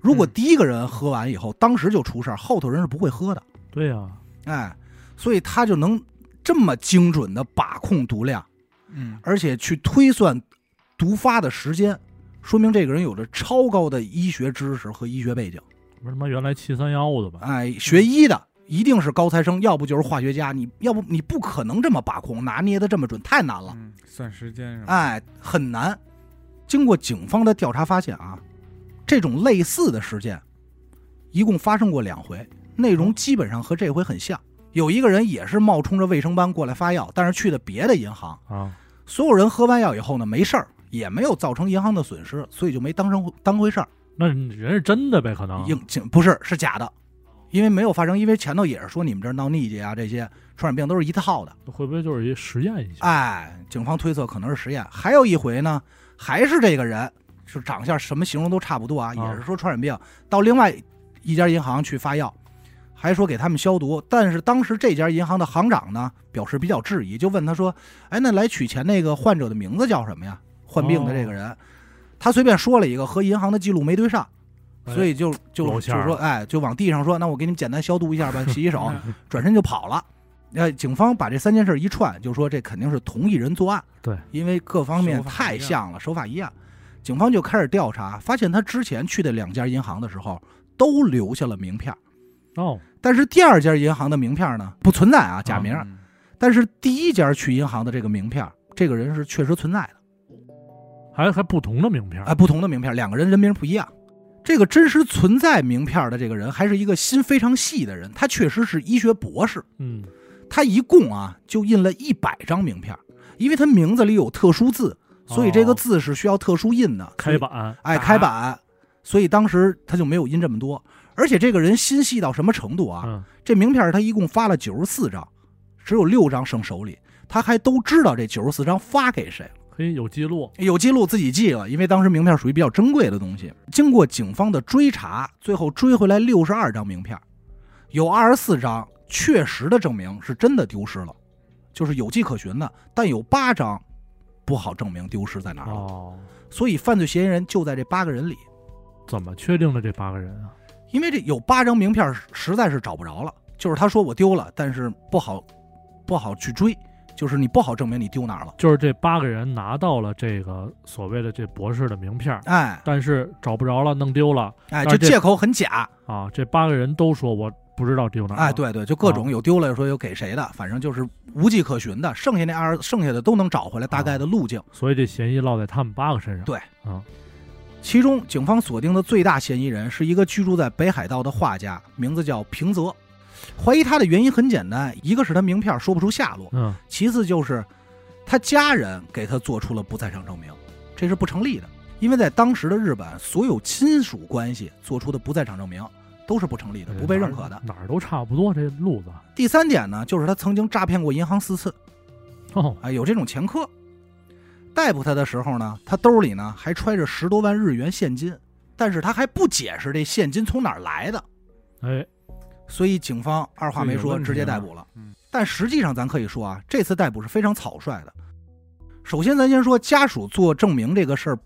如果
嗯
第一个人喝完以后，当时就出事儿，后头人是不会喝的。
对呀、
哎，所以他就能这么精准的把控毒量，
嗯，
而且去推算毒发的时间，说明这个人有着超高的医学知识和医学背景。
不是他妈原来七三幺的吧？
哎，学医的一定是高材生，要不就是化学家，你要不你不可能这么把控拿捏的这么准，太难了。
嗯算时间是吧？
哎，很难。经过警方的调查发现啊，这种类似的事件一共发生过两回，内容基本上和这回很像。有一个人也是冒充着卫生班过来发药，但是去的别的银行，
啊，
所有人喝完药以后呢，没事儿，也没有造成银行的损失，所以就没当成当回事儿。
那人是真的呗，可能
应警不是是假的，因为没有发生，因为前头也是说你们这儿闹痢疾啊这些传染病都是一套的。
会不会就是一实验一下？
哎，警方推测可能是实验。还有一回呢，还是这个人，就长相什么形容都差不多啊，
啊
也是说传染病，到另外一家银行去发药，还说给他们消毒。但是当时这家银行的行长呢，表示比较质疑，就问他说：“哎，那来取钱那个患者的名字叫什么呀？患病的这个人。
哦
他随便说了一个，和银行的记录没对上，
哎
所以就就
露
就
馅儿
说，哎，就往地上说，那我给你们简单消毒一 下吧，洗洗手。转身就跑了。呃，警方把这三件事一串，就说这肯定是同一人作案。
对，
因为各方面
手法
太
一样
像了，手法一样。警方就开始调查，发现他之前去的两家银行的时候都留下了名片，
哦，
但是第二家银行的名片呢不存在啊，假名。
嗯
但是第一家去银行的这个名片，这个人是确实存在的。
还还不同的名片
哎，不同的名片，两个人人名不一样。这个真实存在名片的这个人还是一个心非常细的人，他确实是医学博士。
嗯，
他一共啊就印了一百张名片儿，因为他名字里有特殊字，所以这个字是需要特殊印的。所以
哦开，版，
哎，
打
开版，所以当时他就没有印这么多。而且这个人心细到什么程度啊？
嗯，
这名片儿他一共发了九十四张，只有六张剩手里，他还都知道这九十四张发给谁了。
嘿嘿，有记录，
有记录自己记了，因为当时名片属于比较珍贵的东西。经过警方的追查，最后追回来六十二张名片，有二十四张确实的证明是真的丢失了，就是有迹可循的，但有八张不好证明丢失在哪儿了。
哦，
所以犯罪嫌疑人就在这八个人里，
怎么确定的这八个人啊？
因为这有八张名片实在是找不着了，就是他说我丢了，但是不好不好去追，就是你不好证明你丢哪儿了。
就是这八个人拿到了这个所谓的这博士的名片儿，
哎
但是找不着了，弄丢了
哎，
那
这
这
借口很假，
啊！这八个人都说我不知道丢哪儿了，
哎，对对，就各种有丢了，有说有给谁的，反正就是无迹可寻的。剩下那二剩下的都能找回来大概的路径。
所以这嫌疑落在他们八个身上。
对
啊，
其中，警方锁定的最大嫌疑人是一个居住在北海道的画家，名字叫平泽。怀疑他的原因很简单，一个是他名片说不出下落，
嗯，
其次就是他家人给他做出了不在场证明，这是不成立的，因为在当时的日本，所有亲属关系做出的不在场证明都是不成立的，不被认可的。
哪儿哪儿都差不多这路子。
第三点呢，就是他曾经诈骗过银行四次，
哦，
啊，有这种前科。逮捕他的时候呢，他兜里呢还揣着十多万日元现金，但是他还不解释这现金从哪儿来的，
哎，
所以警方二话没
这有
说
问题啊
直接逮捕了。
嗯
但实际上，咱可以说啊，这次逮捕是非常草率的。首先，咱先说家属做证明这个事儿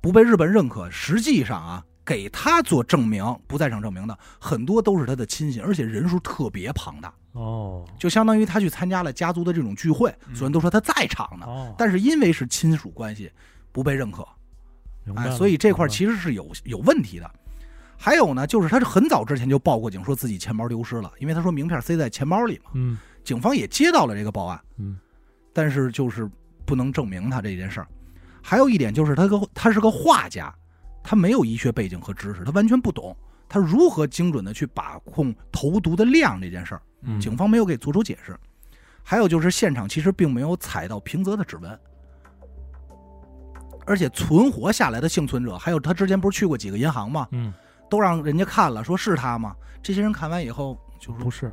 不被日本认可，实际上啊，给他做证明不在场证明的很多都是他的亲戚，而且人数特别庞大，
哦，
就相当于他去参加了家族的这种聚会，
嗯
所以都说他在场呢。
哦，
但是因为是亲属关系，不被认可，
明白
哎，
了
所以这块
明白了
其实是有有问题的。还有呢，就是他是很早之前就报过警，说自己钱包丢失了，因为他说名片塞在钱包里嘛。
嗯
警方也接到了这个报案，
嗯，
但是就是不能证明他这件事儿。还有一点就是他个他是个画家，他没有医学背景和知识，他完全不懂他如何精准的去把控投毒的量这件事儿。
嗯
警方没有给做出解释。还有就是现场其实并没有采到平泽的指纹，而且存活下来的幸存者，还有他之前不是去过几个银行吗？
嗯
都让人家看了，说是他吗？这些人看完以后
嗯
就是
不是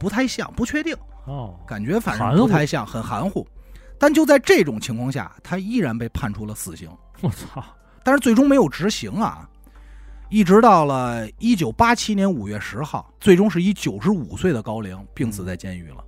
不太像，不确定，
哦，
感觉反正
含糊
不太像，很含糊。但就在这种情况下，他依然被判处了死刑，
我操，
但是最终没有执行啊。一直到了一九八七年五月十号，最终是以九十五岁的高龄病死在监狱了。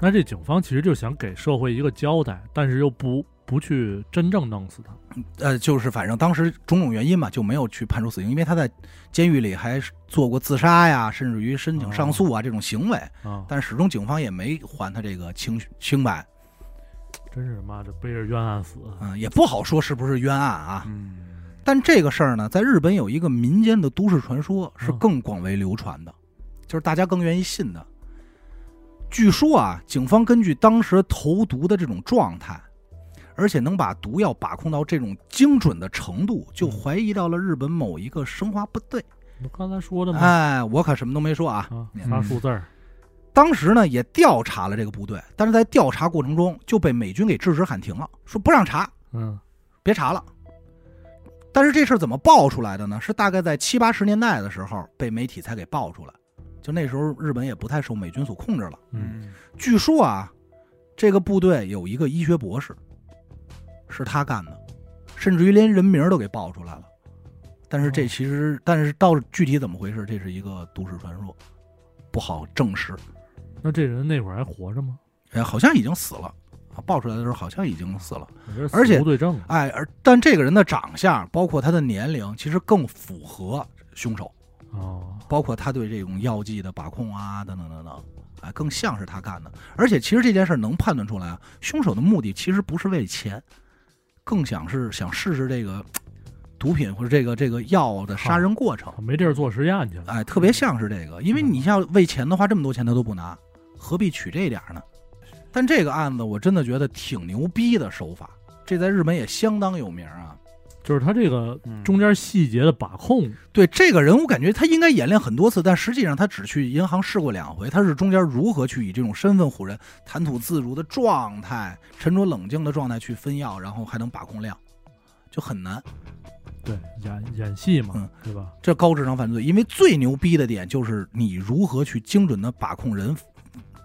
那这警方其实就想给社会一个交代，但是又不不去真正弄死他。
呃，就是反正当时种种原因嘛，就没有去判处死刑，因为他在监狱里还是做过自杀呀，甚至于申请上诉啊、这种行为，
啊，
但始终警方也没还他这个清清白，
真是妈的背着冤案死。
嗯，也不好说是不是冤案啊。
嗯，
但这个事儿呢，在日本有一个民间的都市传说是
嗯
更广为流传的，就是大家更愿意信的。据说啊，警方根据当时投毒的这种状态，而且能把毒药把控到这种精准的程度，就怀疑到了日本某一个生化部队。
我刚才说的嘛，
哎，我可什么都没说啊。
啊，
嗯
仨数字儿，
当时呢也调查了这个部队，但是在调查过程中就被美军给制止喊停了，说不让查，
嗯，
别查了。但是这事儿怎么爆出来的呢？是大概在七八十年代的时候被媒体才给爆出来，就那时候日本也不太受美军所控制了。
嗯，
据说啊，这个部队有一个医学博士，是他干的，甚至于连人名都给爆出来了。但是这
哦
其实，但是到底具体怎么回事，这是一个都市传说，不好证实。
那这人那会儿还活着吗？
哎，好像已经死了啊，爆出来的时候好像已经死了。
我觉得死
而且
无对证啊，
哎，而但这个人的长相，包括他的年龄，其实更符合凶手，
哦，
包括他对这种药剂的把控啊，等等等等，哎，更像是他干的。而且其实这件事儿能判断出来啊，凶手的目的其实不是为钱，更想是想试试这个毒品或者这个这个药的杀人过程。
没地儿做实验去了。
哎，特别像是这个，因为你像为钱的话，这么多钱他都不拿，何必取这点儿呢？但这个案子我真的觉得挺牛逼的手法，这在日本也相当有名啊。
就是他这
嗯
个
嗯
中间细节的把控，
对这个人，我感觉他应该演练很多次，但实际上他只去银行试过两回。他是中间如何去以这种身份唬人、谈吐自如的状态、沉着冷静的状态去分药，然后还能把控量，就很难。
对演演戏嘛
嗯，
对吧？
这高智商犯罪，因为最牛逼的点就是你如何去精准的把控人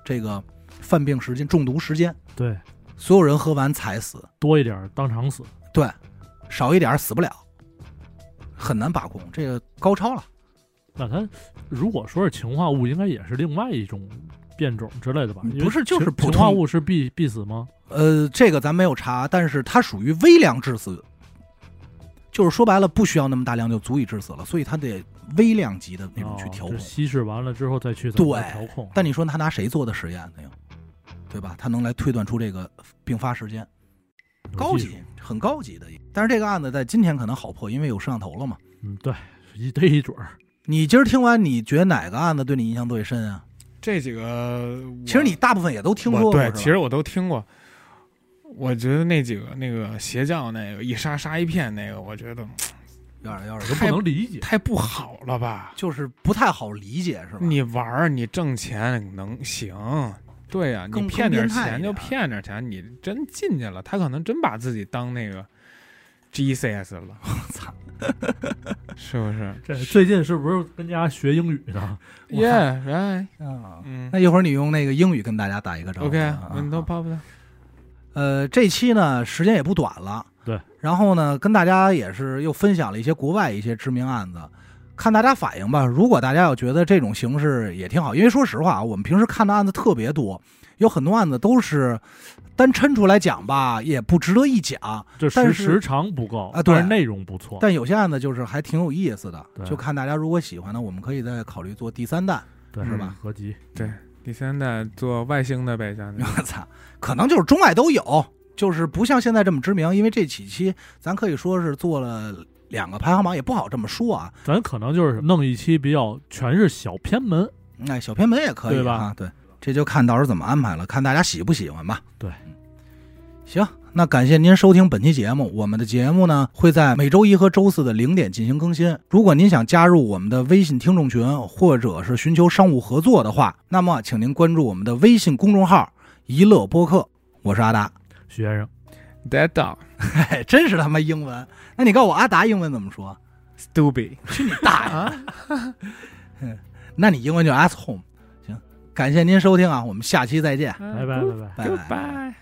这个犯病时间、中毒时间。
对，
所有人喝完踩死，
多一点儿当场死。
少一点儿死不了，很难把控，这个高超了。
那它如果说是氰化物，应该也是另外一种变种之类的吧？
嗯
因为
不是就是
氰
普通
氰化物是必必死吗？
呃，这个咱没有查，但是它属于微量致死，就是说白了，不需要那么大量就足以致死了，所以它得微量级的那种去
哦
调
就
控。
稀释完了之后再去怎么
对
调控？
但你说他拿谁做的实验呢？又对吧？他能来推断出这个并发时间，
有
高
技术
级，很高级的。但是这个案子在今天可能好破，因为有摄像头了嘛。
嗯，对，一逮一准儿。
你今儿听完，你觉得哪个案子对你印象最深啊？
这几个我，
其实你大部分也都听说
我
过，
对，
是吧
其实我都听过。我觉得那几个那个邪教那个一杀杀一片那个，我觉得
有点有点
都不能理解。
太不好了吧？
就是不太好理解，是吧？
你玩儿，你挣钱能行？对呀、
更
你骗
更变
点
态一点
钱就骗点钱，你真进去了，他可能真把自己当那个 GCS 了，
我操，
是不是
这最近是不是跟家学英语呢？
我操
？Yeah, right.
啊
嗯
那一会儿你用那个英语跟大家打一个招呼。
，OK，
啊
嗯，都泡不到。
呃，这期呢时间也不短了，
对。
然后呢，跟大家也是又分享了一些国外一些知名案子，看大家反应吧。如果大家要觉得这种形式也挺好，因为说实话啊，我们平时看的案子特别多，有很多案子都是单抻出来讲吧，也不值得一讲。
这
但
时
是
时长不够
啊对
但是内容不错。
但有些案子就是还挺有意思的，
对
就看大家如果喜欢呢，我们可以再考虑做第三弹。
对，
是吧
嗯合集
第三代做外星的呗，相当于
我操，可能就是中外都有，就是不像现在这么知名，因为这几期咱可以说是做了两个排行榜，也不好这么说啊。
咱可能就是弄一期比较全是小偏门，
哎，小偏门也可以
对吧
啊，对，这就看到时候怎么安排了，看大家喜不喜欢吧。
对
嗯，行，那感谢您收听本期节目。我们的节目呢会在每周一和周四的零点进行更新。如果您想加入我们的微信听众群，或者是寻求商务合作的话，那么请您关注我们的微信公众号“一乐播客”。我是阿达，
徐先生
That dog
哎，真是他妈英文。那你告诉我阿达英文怎么说？
stupid
去你大爷！那你英文就 ass home。行，感谢您收听啊，我们下期再见，
啊。
拜拜拜拜。
拜拜。
Goodbye.